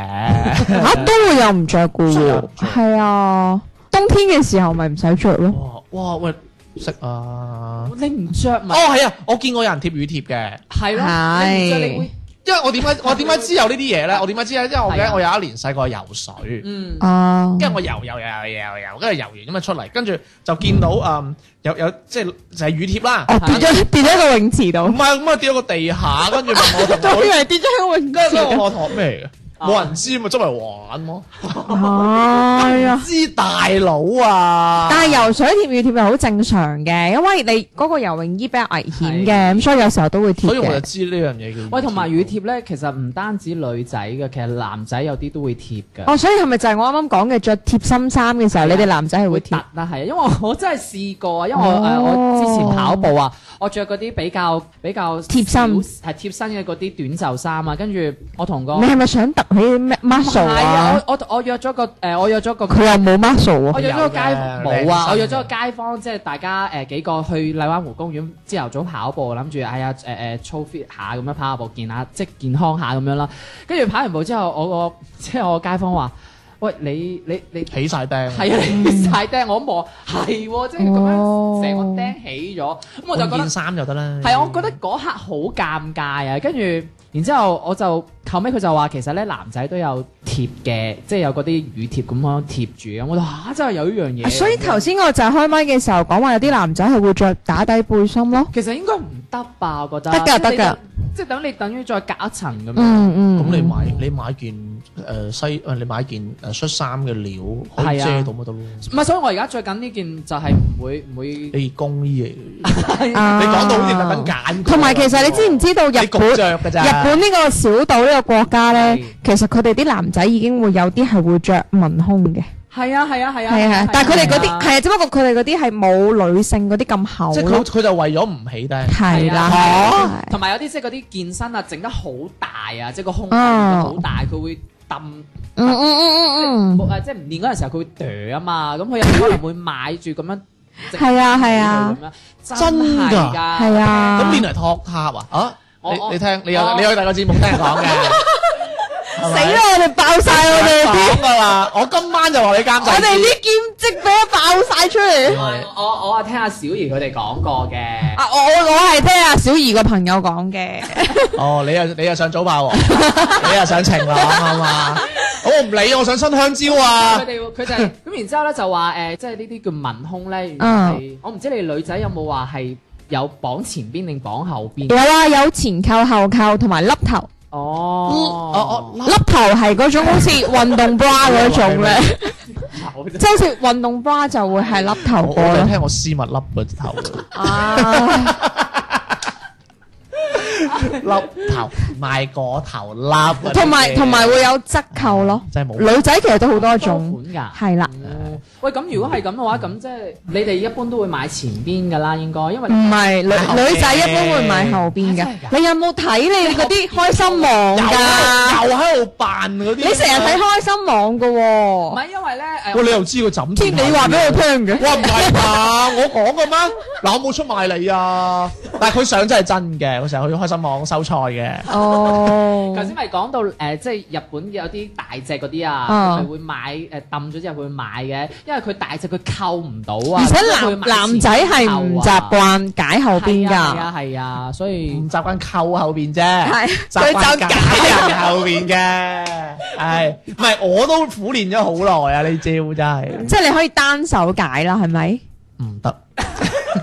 Speaker 3: 吓都會有唔着噶喎，係啊，冬天嘅時候咪唔使着咯，
Speaker 1: 哇哇喂，識啊！
Speaker 2: 你唔着
Speaker 1: 哦
Speaker 2: 咪
Speaker 1: 係啊，我見過有人貼乳貼嘅。
Speaker 2: 係咯，
Speaker 3: 係
Speaker 2: 你唔着你會
Speaker 1: 因為我點解我點解知有呢啲嘢咧？我點解知咧？因為我記
Speaker 2: 係
Speaker 1: 得
Speaker 2: 啊
Speaker 1: 我有一年細個游水，
Speaker 2: 嗯
Speaker 3: 啊，
Speaker 1: 跟住我游游游游游，跟住游完咁啊出嚟，跟住就見到嗯有有即係就係乳貼啦。
Speaker 3: 哦跌咗跌咗喺個泳池
Speaker 1: 唔
Speaker 3: 度，
Speaker 1: 係咁啊，跌咗個地下，跟住問我同
Speaker 3: 我以
Speaker 1: 學，
Speaker 3: 為跌咗喺個泳
Speaker 1: 跟
Speaker 3: 池
Speaker 1: 住
Speaker 3: 度，
Speaker 1: 我同學咩嚟嘅？冇人知咪周圍玩咯。
Speaker 3: 係 啊。
Speaker 1: 知大佬啊！
Speaker 3: 但係游水貼雨貼係好正常嘅，因為你嗰個游泳衣比較危險嘅，咁所以有時候都會貼
Speaker 1: 所以我就
Speaker 3: 嘅。
Speaker 1: 知呢樣嘢叫。
Speaker 2: 喂，同埋乳貼咧，其實唔單止女仔嘅，其實男仔有啲都會貼嘅。
Speaker 3: 哦，所以係咪就係我啱啱講嘅着貼心衫嘅時候，你哋男仔係會
Speaker 2: 會突
Speaker 3: 貼？
Speaker 2: 啦，係啊，因為我真係試過啊，因為我誒、
Speaker 3: 哦
Speaker 2: 呃我之前跑步啊，我着嗰啲比較比較
Speaker 3: 貼身
Speaker 2: 少係貼身嘅嗰啲短袖衫啊，跟住我同個
Speaker 3: 你係咪想突起啲咩 muscle
Speaker 2: 係啊
Speaker 3: 哦啊？，
Speaker 2: 我我我約咗個誒、呃我約咗個
Speaker 3: 佢又冇 muscle
Speaker 2: 我
Speaker 3: 喎。
Speaker 2: 約咗個街
Speaker 1: 有嘅
Speaker 2: 冇啊！我
Speaker 1: 靚
Speaker 2: 約
Speaker 1: 身
Speaker 2: 咗個街坊，即係大家誒、呃、幾個去荔灣湖公園朝頭早跑步，諗住哎呀誒誒操 fit 下咁樣跑下步，健下即係健康下咁樣啦。跟住跑完步之後，我個即係我個街坊話：喂，你你你
Speaker 1: 起晒釘，
Speaker 2: 係啊，你晒釘！我一望係喎，即係咁
Speaker 3: 哦
Speaker 2: 樣成個釘起咗，咁我就覺
Speaker 1: 換
Speaker 2: 得
Speaker 1: 件。衫就得啦。
Speaker 2: 係，我覺得嗰刻好尷尬啊！跟住，然之後我就後尾佢就話其實咧男仔都有貼嘅，即係有嗰啲乳貼咁樣貼住咁。我就嚇真係有呢樣嘢。
Speaker 3: 啊所以頭先我就係開麥嘅時候講話有啲男仔係會着打底背心咯。
Speaker 2: 其實應該唔得吧？我覺
Speaker 3: 得
Speaker 2: 得即
Speaker 3: 㗎
Speaker 2: 係你
Speaker 3: 得㗎
Speaker 2: 等，即係等你等於再隔一層咁樣。
Speaker 3: 嗯嗯。
Speaker 1: 咁你買你買件誒西誒你買件誒恤衫嘅料可以
Speaker 2: 係啊
Speaker 1: 遮到咪得咯？
Speaker 2: 唔係，所以我而家着緊呢件就係唔會唔會
Speaker 1: 你工衣嚟嘅，
Speaker 3: 啊
Speaker 1: 你講到好似特登揀佢。
Speaker 3: 同埋其實你知唔知道日
Speaker 1: 你
Speaker 3: 本
Speaker 1: 焗着㗎咋？
Speaker 3: 日本呢個小島呢個國家呢
Speaker 2: 係，
Speaker 3: 其實佢哋啲男仔已經會有啲係會着文胸嘅，
Speaker 2: 係啊係啊係啊
Speaker 3: 係啊，但係佢哋嗰啲
Speaker 2: 係啊
Speaker 3: 係啊，只不過佢哋嗰啲係冇女性嗰啲咁厚
Speaker 1: 即係佢
Speaker 3: 咯，
Speaker 1: 佢就為咗唔起低。
Speaker 3: 係
Speaker 2: 係
Speaker 3: 啦，
Speaker 2: 啊
Speaker 3: 係啊
Speaker 2: 同埋有啲即係嗰啲健身啊，整得好大啊，即係個胸
Speaker 3: 啊
Speaker 2: 好大，佢會揼。
Speaker 3: 嗯嗯嗯嗯嗯，
Speaker 2: 冇誒，即係唔練嗰陣時候佢會嗲啊嘛，咁佢有可能會買住咁樣，
Speaker 3: 係啊係啊，
Speaker 2: 咁樣真係
Speaker 1: 真
Speaker 2: 㗎，
Speaker 1: 㗎
Speaker 3: 係啊，
Speaker 1: 咁練嚟托塔啊？啊，
Speaker 2: 我我
Speaker 1: 你你聽，你有
Speaker 2: 我
Speaker 1: 你有第個節目聽講 嘅。死
Speaker 3: 死啦！我哋爆晒我哋 啲，
Speaker 1: 講㗎啦，我今晚就話你監製。
Speaker 3: 我哋啲兼職俾我爆晒出嚟。
Speaker 2: 我我我啊聽阿小儀佢哋講過嘅，
Speaker 3: 啊！我我我係聽阿小儀個朋友講嘅，
Speaker 1: 哦，你又你又想早爆喎，你又想情郎啊嘛？我唔理，我想新香蕉
Speaker 2: 佢
Speaker 1: 啊！
Speaker 2: 哋佢就係咁，然之後咧就話誒，即係呢啲叫文胸咧，原來係我唔知你女仔有冇話係有綁前邊定綁後邊？
Speaker 3: 有啊，有前扣後扣同埋笠頭，
Speaker 2: 哦，
Speaker 1: 我
Speaker 3: 笠頭係嗰種好似運動 bra 嗰種咧，
Speaker 2: 我
Speaker 3: 即係好似運動 bra 就會係笠頭
Speaker 1: 我我
Speaker 3: 過
Speaker 1: 就
Speaker 3: 咯。
Speaker 1: 聽我絲襪笠個頭，
Speaker 3: 啊，
Speaker 1: 笠頭賣個頭 笠啊，
Speaker 3: 同埋同埋會有側扣咯。
Speaker 1: 真係冇
Speaker 3: 女仔其實都好多
Speaker 2: 多
Speaker 3: 種，
Speaker 2: 款㗎。
Speaker 3: 係啦，
Speaker 2: 哦喂，咁如果係咁嘅話，咁即係你哋一般都會買前邊㗎啦，應該，因為
Speaker 3: 唔係女
Speaker 1: 後邊
Speaker 3: 女仔一般會買後邊嘅
Speaker 2: 啊真係。㗎
Speaker 3: 你有冇睇你嗰啲開心網㗎？
Speaker 1: 啊又喺度扮嗰啲。
Speaker 3: 你成日睇開心網㗎
Speaker 2: 唔
Speaker 3: 喎，
Speaker 2: 係因為咧誒
Speaker 1: 喂，你又知個枕
Speaker 3: 天你話俾我聽嘅。
Speaker 1: 哇，唔係嘛？我講嘅咩？嗱，我冇出賣你啊！但係佢相真係真嘅，我成日去開心網收菜嘅。
Speaker 3: 哦
Speaker 2: 頭 先咪講到誒、呃即係日本有啲大隻嗰啲啊，
Speaker 3: 啊
Speaker 2: 佢咪會買誒抌咗之後佢會買嘅，因為佢大隻佢扣唔到啊，
Speaker 3: 而且
Speaker 2: 所以佢
Speaker 3: 男
Speaker 2: 買
Speaker 3: 男仔係唔習
Speaker 2: 前
Speaker 3: 慣解後
Speaker 2: 後啊
Speaker 3: 邊
Speaker 2: 係啊係
Speaker 3: 㗎，
Speaker 2: 啊係啊，所以
Speaker 1: 唔習慣扣後邊啫，
Speaker 3: 係
Speaker 1: 習慣
Speaker 3: 佢就解
Speaker 1: 人後邊嘅，係唔係？我都苦練咗好耐啊！呢招真係
Speaker 3: 即係你可以單手解啦，係咪？
Speaker 1: 唔得，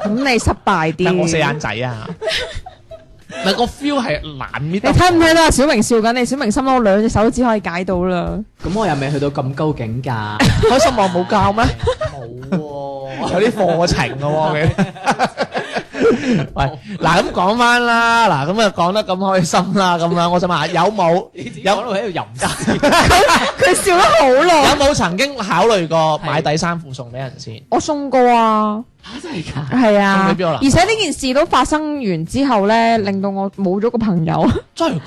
Speaker 3: 咁你失敗
Speaker 1: 但我四
Speaker 3: 啲。
Speaker 1: 眼仔啊，唔係個 feel 係難搣
Speaker 3: 你
Speaker 1: 得。
Speaker 3: 睇唔睇到啊？小明笑緊，你小明心諗我兩隻手指可以解到啦。
Speaker 2: 咁我又未去到咁高境界，
Speaker 1: 開心網冇教咩？
Speaker 2: 冇 喎、
Speaker 1: 有啲課 程嘅喎，其實喂，嗱咁講翻啦，嗱咁啊講得咁開心啦，咁樣我想問下有 冇
Speaker 2: 有
Speaker 1: 有
Speaker 2: 喺度喺度吟詩，
Speaker 3: 佢笑得 好
Speaker 1: 有
Speaker 3: 耐。
Speaker 1: 冇曾經考慮過買底衫褲送俾人先？
Speaker 3: 我送過啊，
Speaker 2: 真係㗎，
Speaker 3: 係
Speaker 1: 送
Speaker 3: 啊
Speaker 1: 俾邊個男，
Speaker 3: 而且呢件事都發生完之後咧，令到我冇咗個朋友。
Speaker 1: 真係㗎？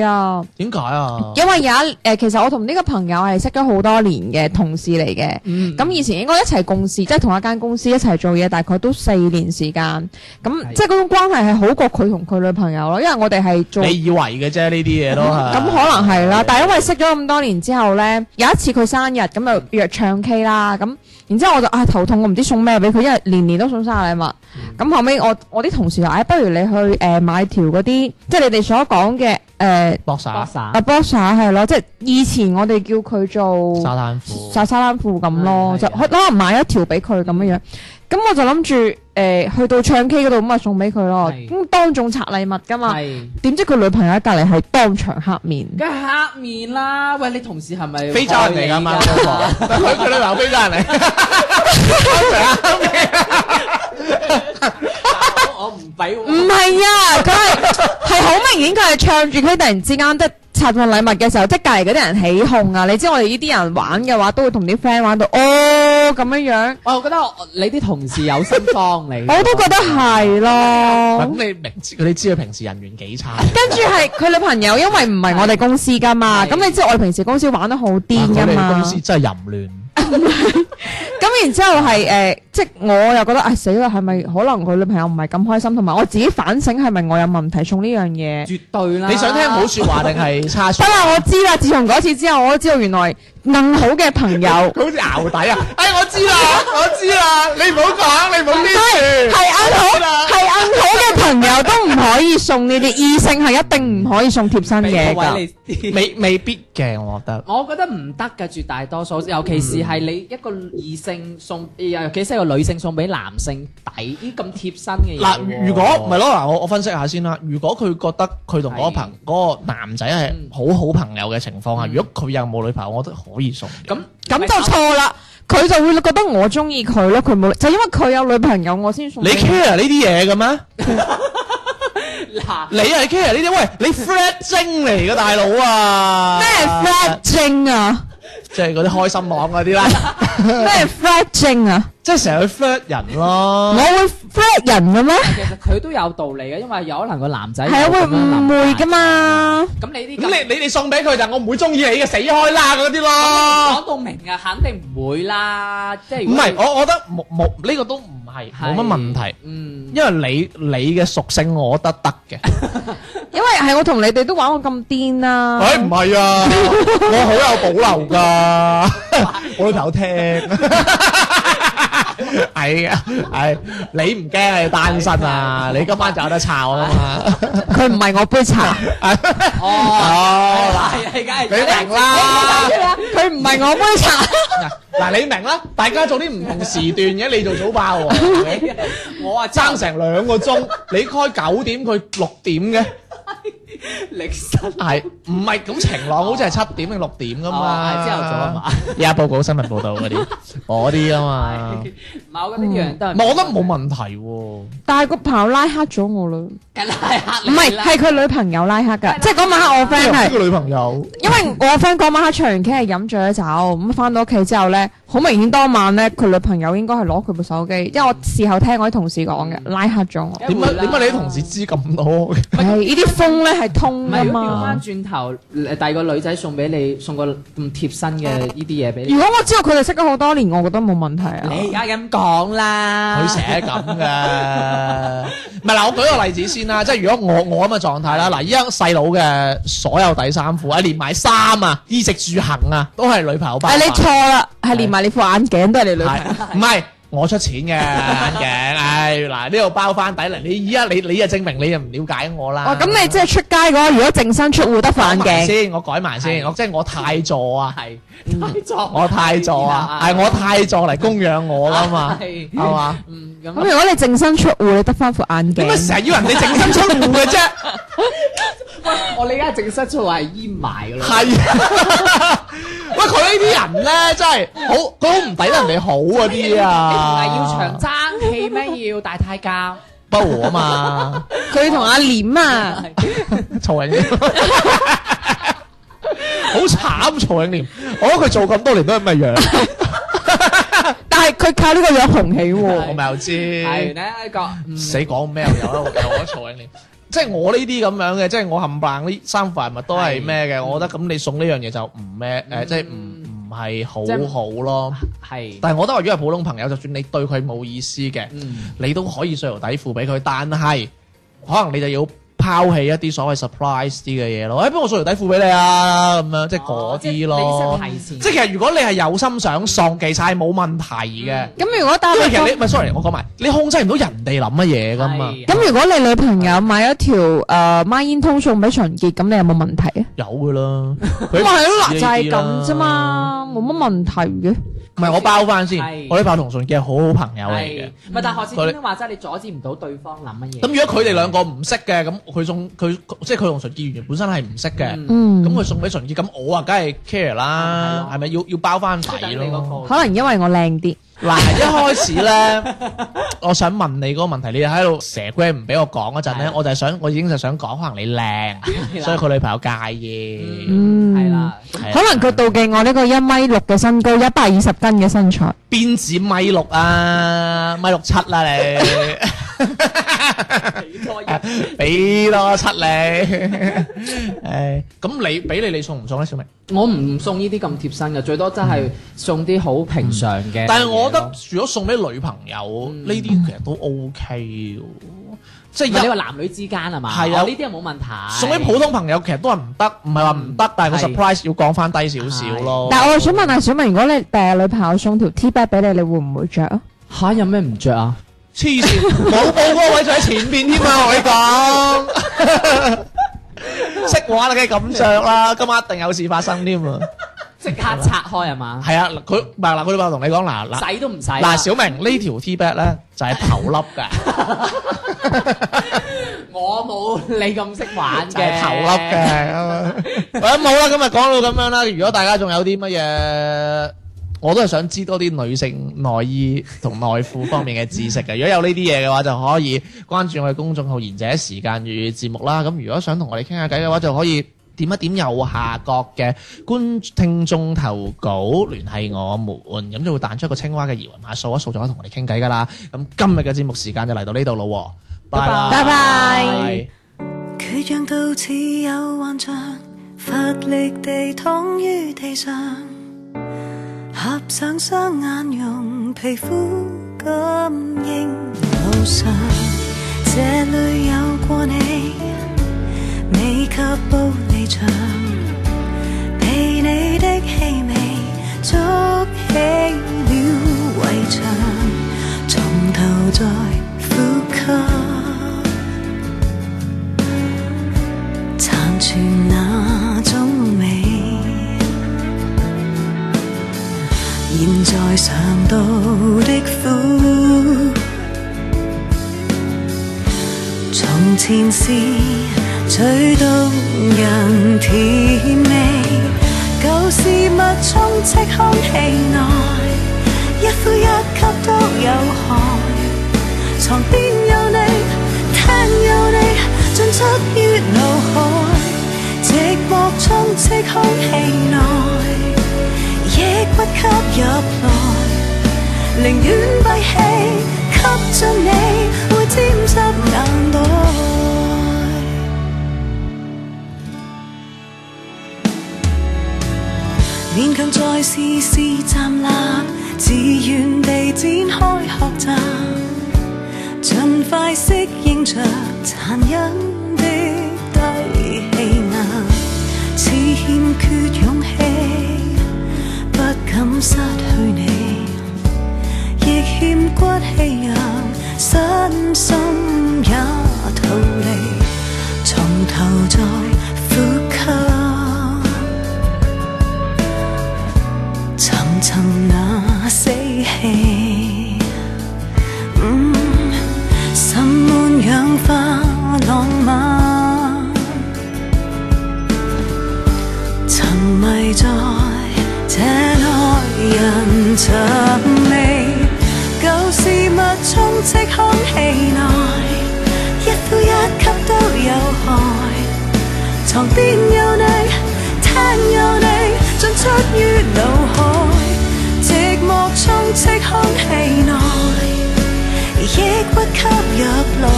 Speaker 3: 係啊，
Speaker 1: 點解啊？
Speaker 3: 因為有一誒，其實我同呢個朋友係識咗好多年嘅同事嚟嘅。
Speaker 2: 嗯
Speaker 3: 咁以前應該一齊共事，即係同一間公司一齊做嘢，大概都四年時間。咁
Speaker 2: 係
Speaker 3: 即係嗰種關係係好過佢同佢女朋友咯，因為我哋係做。
Speaker 1: 你以為嘅啫，呢啲嘢都係
Speaker 3: 咁可能係啦，但係因為識咗咁多年之後呢，有一次佢生日，咁就約唱 K 啦，咁然之後我就啊頭痛，我唔知送咩俾佢，因為年年都送生日禮物。咁後尾我我啲同事就，唉、不如你去誒、呃、買條嗰啲，即係你哋所講嘅誒
Speaker 1: 搏晒
Speaker 2: 博
Speaker 1: 沙
Speaker 2: 散
Speaker 3: 啊 boxer 係咯，即係以前我哋叫佢做
Speaker 1: 灘褲，
Speaker 3: 晒沙灘褲咁咯，
Speaker 2: 嗯
Speaker 3: 就
Speaker 2: 係嗯
Speaker 3: 可可能買一條俾佢咁樣樣。咁我就諗住诶去到唱 K 嗰度咁啊送俾佢咯，
Speaker 2: 係
Speaker 3: 咁當眾拆禮物噶嘛。
Speaker 2: 係，
Speaker 3: 點知佢女朋友喺隔離係當場黑面，
Speaker 2: 梗係黑面啦！喂，你同事係咪
Speaker 1: 非洲人嚟噶嘛？老婆但佢佢女朋友非洲人 嚟，
Speaker 2: 我我唔俾喎
Speaker 3: 唔係啊，佢係 係好明顯，佢係唱住 K 突然之間即係拆份禮物嘅時候，即係隔離嗰啲人起哄啊！你知我哋呢啲人玩嘅話，都會同啲 friend 玩到哦咁樣樣，
Speaker 2: 我覺得我你啲同事有心幫你，
Speaker 3: 我都覺得係咯。
Speaker 1: 咁你明知佢哋知佢平時人緣幾 差。
Speaker 3: 跟住係佢女朋友，因為唔係我哋公司噶嘛，
Speaker 2: 係
Speaker 3: 咁你知我哋平時公司玩得好癲
Speaker 1: 哇
Speaker 3: 噶
Speaker 1: 佢哋
Speaker 3: 嘛
Speaker 1: 公，司真係淫亂。
Speaker 3: 咁然之後係誒、呃即係我又覺得唉死啦，係咪可能佢女朋友唔係咁開心，同埋我自己反省係咪我有問題送呢樣嘢？
Speaker 2: 絕對啦。
Speaker 1: 你 想聽好説話定係差
Speaker 3: 得
Speaker 1: 説？
Speaker 3: 啦，我知啦，自從嗰次之後，我都知道原來更好嘅朋友
Speaker 1: 佢好似熬底啊！哎，我知啦， 我知啦，你唔好講，你唔好呢
Speaker 3: 係
Speaker 1: 住。
Speaker 3: 係硬好係硬好嘅朋友都唔可以送呢啲，異性係一定唔可以送貼身嘢
Speaker 2: 俾個
Speaker 3: 㗎。
Speaker 2: 位你先
Speaker 1: 未未必嘅，我覺得。
Speaker 2: 我覺得唔得嘅，絕大多數，尤其是係你一個異性送，尤其是一個女性送俾男性抵呢咁貼身嘅嘢喎。
Speaker 1: 嗱，如如果唔係咯，嗱，我我分析下先啦。如果佢覺得佢同嗰個朋嗰個男仔係
Speaker 2: 嗯
Speaker 1: 好好朋友嘅情況下，
Speaker 2: 嗯
Speaker 1: 如果佢又冇女朋友，我覺得可以送嘅。
Speaker 2: 咁
Speaker 3: 咁就錯啦，佢就會覺得我中意佢咯，佢冇就因為佢有女朋友，我先送
Speaker 1: 你
Speaker 3: 俾佢。
Speaker 1: care 呢啲嘢嘅咩？
Speaker 2: 嗱，
Speaker 1: 你係 care 呢啲？喂，你 flat 精嚟嘅大佬啊！
Speaker 3: 咩 flat 精啊？
Speaker 1: 即係嗰啲開心網嗰啲 啦，
Speaker 3: 咩 flat 精啊？
Speaker 1: 即係成日去 flat 人
Speaker 3: 我
Speaker 1: 咯。
Speaker 3: 會 flat 人嘅咩？
Speaker 2: 其實佢都有道理嘅，因為有可能個男仔
Speaker 3: 係啊，
Speaker 2: 有
Speaker 3: 會
Speaker 2: 咁樣諗
Speaker 3: 誤會㗎嘛？
Speaker 2: 咁你啲
Speaker 1: 咁你你你送俾佢，但我唔會中意你嘅，死開啦嗰啲咯。
Speaker 2: 講到明啊，肯定唔會啦，即係如
Speaker 1: 唔
Speaker 2: 果
Speaker 1: 係，
Speaker 2: 你
Speaker 1: 我我覺得冇冇呢個都唔係冇乜問題，
Speaker 2: 嗯，
Speaker 1: 因為你你嘅屬性我覺得得 嘅。
Speaker 3: 因為係我同你哋都玩過咁癲啦。
Speaker 1: 唉，唔係啊， 我好有保留噶， 我老豆聽。 係啊，係你唔驚你單身 啊？你今晚就有得炒啊嘛！
Speaker 3: 佢唔係我杯茶，
Speaker 2: 哦，
Speaker 1: 哦，
Speaker 2: 係係梗係
Speaker 1: 嗱，你明啦，
Speaker 3: 佢唔係我杯茶。
Speaker 1: 嗱，你明啦，大家做啲唔同時段嘅，你做早 爆喎，
Speaker 2: 我啊
Speaker 1: 爭成兩個鐘，你開九點，佢六點嘅，
Speaker 2: 力身
Speaker 1: 係唔係咁晴朗？好似係七點定六點噶嘛？
Speaker 2: 哦係朝頭早啊嘛，
Speaker 1: 而家報告新聞報導嗰啲， 嗰啲啊嘛。
Speaker 2: 唔係，我覺得一樣都係
Speaker 1: 唔係，我覺得冇問題喎。
Speaker 3: 但係個朋友拉黑咗我啦，唔
Speaker 2: 梗係嚇你
Speaker 3: 係
Speaker 2: 啦
Speaker 3: 係佢女朋友拉黑㗎，即係嗰晚黑我 friend 係
Speaker 1: 呢。個女朋友，
Speaker 3: 因為我 friend 嗰晚黑唱完 K 係飲醉咗酒，咁翻到屋企之後咧，好明顯當晚咧佢女朋友應該係攞佢部手機，因為我事後聽我啲同事講嘅，拉黑咗我。
Speaker 1: 點解點解你啲同事知咁多嘅？
Speaker 3: 唉，呢啲風咧係通
Speaker 2: 唔
Speaker 3: 噶
Speaker 2: 係，如果調
Speaker 3: 嘛。
Speaker 2: 翻轉頭，誒第二個女仔送俾你，送個咁貼身嘅呢啲嘢俾你
Speaker 3: 如，果我知道佢哋識咗好多年，我覺得冇問題啊。
Speaker 2: 你而家咁講啦，
Speaker 1: 佢成日咁嘅，唔係嗱，我舉個例子先啦，即係如果我我咁嘅狀態啦，嗱，依家細佬嘅所有底衫褲啊，連埋衫啊、衣食住行啊，都係女朋友包辦。
Speaker 3: 唉，你錯啦，係連埋你副眼鏡都係你女朋友。
Speaker 1: 係唔係？我出錢嘅眼鏡，唉嗱呢度包翻底嚟，你依家你你就證明你又唔了解我啦。
Speaker 3: 哦，咁你即係出街嗰個，如果淨身出户得副眼
Speaker 1: 改埋
Speaker 3: 鏡，
Speaker 1: 先，我改埋先，我即係我太座啊，
Speaker 2: 係太作，
Speaker 1: 我太座啊，係我太座嚟供養我噶嘛，
Speaker 2: 係
Speaker 1: 係嘛？
Speaker 2: 嗯
Speaker 3: 咁
Speaker 2: 咁
Speaker 3: 如果你淨身出户，你得翻副眼
Speaker 1: 點解
Speaker 3: 鏡。
Speaker 1: 成日要人哋整身出户 嘅啫？
Speaker 2: 我哋而家正室出嚟係淹埋㗎啦，
Speaker 1: 係啊， 喂，佢呢啲人咧真係好，佢好唔抵得人哋好嗰啲
Speaker 2: 你唔係要
Speaker 1: 啊
Speaker 2: 長，爭氣咩？要大太 監，
Speaker 1: 不和啊嘛，
Speaker 3: 佢同阿廉啊，
Speaker 1: 曹永廉，好慘曹永廉，我覺得佢做咁多年都係咁嘅樣，
Speaker 3: 但係佢靠呢個樣紅起喎。
Speaker 1: 我咪又知，
Speaker 2: 係呢一個嗯
Speaker 1: 死講咩又有啦，有我曹永廉。即係我呢啲咁樣嘅，即係我冚唪唥呢三份物都係咩嘅，
Speaker 2: 嗯
Speaker 1: 我覺得咁你送呢樣嘢就唔咩誒，即係唔唔係
Speaker 2: 即係
Speaker 1: 好好咯。
Speaker 2: 係
Speaker 1: 但係我覺得，如果係普通朋友，就算你對佢冇意思嘅，
Speaker 2: 嗯
Speaker 1: 你都可以碎條底褲俾佢。但係可能你就要拋棄一啲所謂 surprise 啲嘅嘢咯。誒、哎，不如我碎條底褲俾你啊，咁樣即係嗰啲咯。
Speaker 2: 哦你識提
Speaker 1: 即
Speaker 2: 前
Speaker 1: 係其實如果你係有心想送，其實係冇問題嘅。
Speaker 3: 咁如果但
Speaker 1: 因
Speaker 3: 係
Speaker 1: 為其實你唔係 sorry，我講埋，你控制唔到人哋諗乜嘢噶嘛，
Speaker 2: 係
Speaker 3: 咁如果你女朋友買一條呃誒孖煙通送俾秦傑，咁你有冇問題啊？
Speaker 1: 有噶啦。佢
Speaker 3: 咁咪係咯，
Speaker 1: 唔
Speaker 3: 嗱
Speaker 1: 知
Speaker 3: 就
Speaker 1: 呢
Speaker 3: 係
Speaker 1: 啲啦
Speaker 3: 咁啫。嘛，冇乜問題嘅。
Speaker 1: 唔係我包翻先
Speaker 2: 係，
Speaker 1: 我呢炮同純嘅係好好朋友嚟
Speaker 2: 係
Speaker 1: 嘅。
Speaker 2: 唔係，但係何志
Speaker 1: 佢
Speaker 2: 堅都話齋，你阻止唔到對方諗乜嘢。
Speaker 1: 咁如果佢哋兩個唔識嘅，咁佢送佢即係佢同純潔原本身係唔識嘅，
Speaker 2: 嗯
Speaker 3: 嗯，
Speaker 1: 咁佢送俾純潔，咁我啊梗係 care
Speaker 2: 係
Speaker 1: 啦，
Speaker 2: 咯
Speaker 1: 係咪要要包翻
Speaker 2: 即係等
Speaker 1: 底
Speaker 2: 你
Speaker 1: 咯？
Speaker 2: 嗰個
Speaker 3: 可能因為我靚啲，
Speaker 1: 嗱，一開始 咧，我想問你嗰個問題，你喺度蛇龜唔俾我講嗰陣咧
Speaker 2: 係，
Speaker 1: 我就係想，我已經就想講，可能你
Speaker 2: 係
Speaker 1: 靚，
Speaker 2: 啦
Speaker 1: 所以佢女朋友介意，
Speaker 3: 嗯，
Speaker 2: 係，啦，
Speaker 1: 係啊
Speaker 3: 可能佢妒忌我呢個一米六嘅身高，一百二十斤嘅身材，
Speaker 1: 邊止米六啊，米六七 啦你，
Speaker 2: 幾多人
Speaker 1: 俾多七 你，誒，咁你俾你你送唔送咧，小明？
Speaker 2: 我唔送呢啲咁貼身嘅，最多真係送啲好平常嘅嘢咯。嗯
Speaker 1: 嗯但係我覺得如果送俾女朋友呢啲其實都 OK 嘅喎，即
Speaker 2: 唔係，你
Speaker 1: 係
Speaker 2: 話
Speaker 1: 一
Speaker 2: 男女之間係嘛？
Speaker 1: 係啊
Speaker 2: 哦呢啲係冇問題。
Speaker 1: 送俾普通朋友其實都係唔得，唔係話唔得，但係個
Speaker 2: 嗯係
Speaker 1: surprise 要降翻低少少咯。
Speaker 3: 但我想問下小明，如果你第日女朋友送條 T 恤俾你，你會唔會着啊？
Speaker 2: 嚇有咩唔着啊？
Speaker 1: 黐線， 冇冇嗰個位就喺前邊添啊！我同你講，識玩你梗係咁着 啦，今晚一定有事發生添啊！
Speaker 2: 即刻拆開係嘛？
Speaker 1: 係啊，嗱佢唔係嗱，佢女朋友同你講嗱嗱
Speaker 2: 洗都唔洗啊。
Speaker 1: 嗱，小明呢條 T back 咧就係頭笠嘅，
Speaker 2: 我冇你咁識玩
Speaker 1: 就係
Speaker 2: 嘅
Speaker 1: 頭笠。嘅。喂，冇啦，今日講到咁樣啦。如果大家仲有啲乜嘢？呃我都係想知多啲女性內衣同內褲方面嘅知識嘅。如果有呢啲嘢嘅話，就可以關注我哋公眾號《賢者時間與節目》啦。咁如果想同我哋傾下偈嘅話，就可以點一點右下角嘅觀聽眾投稿聯繫我們，咁就會彈出一個青蛙嘅二維碼，掃一掃就可以同我哋傾偈噶啦。咁今日嘅節目時間就嚟到呢度咯喎，拜拜
Speaker 3: 拜
Speaker 1: 拜
Speaker 3: 拜。
Speaker 4: 佢像到似有幻象，乏力地躺於地上，合上雙眼，用皮膚感應路上，這裏有過你，未及步離場，被你的氣味築起了圍牆，從頭再呼吸。殘存那種美。現在嘗到的苦，從前是最動人甜味，舊事物充斥空氣內，一呼一吸都有害。床邊有你，廳有你，進出於腦海，寂寞充斥空氣內，亦不吸入來，寧願閉氣，吸進你會沾濕眼袋。勉強再試試站立，自願地展開學習。盡快適應着殘忍的低氣壓，似欠缺勇氣，不敢失去你，亦欠骨氣讓身心也逃離，從頭再呼吸。尋尋那死氣，嗯，心滿氧化浪漫，沉迷在這內人尋味，舊事物充斥空氣內，一呼一吸都有害。床邊有你，廳有你，進出於腦海，寂寞充斥空氣內，亦不吸入來，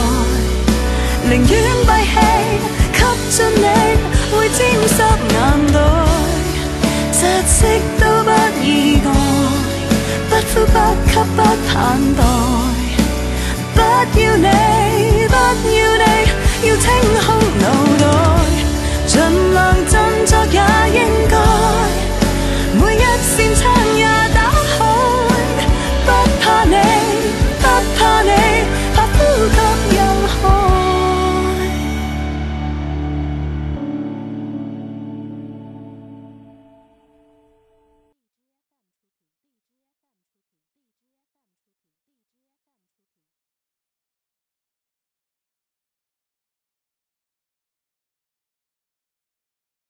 Speaker 4: 寧願閉氣，吸進你會沾濕眼袋，窒息都不意外，不呼不吸不盼待，不要你。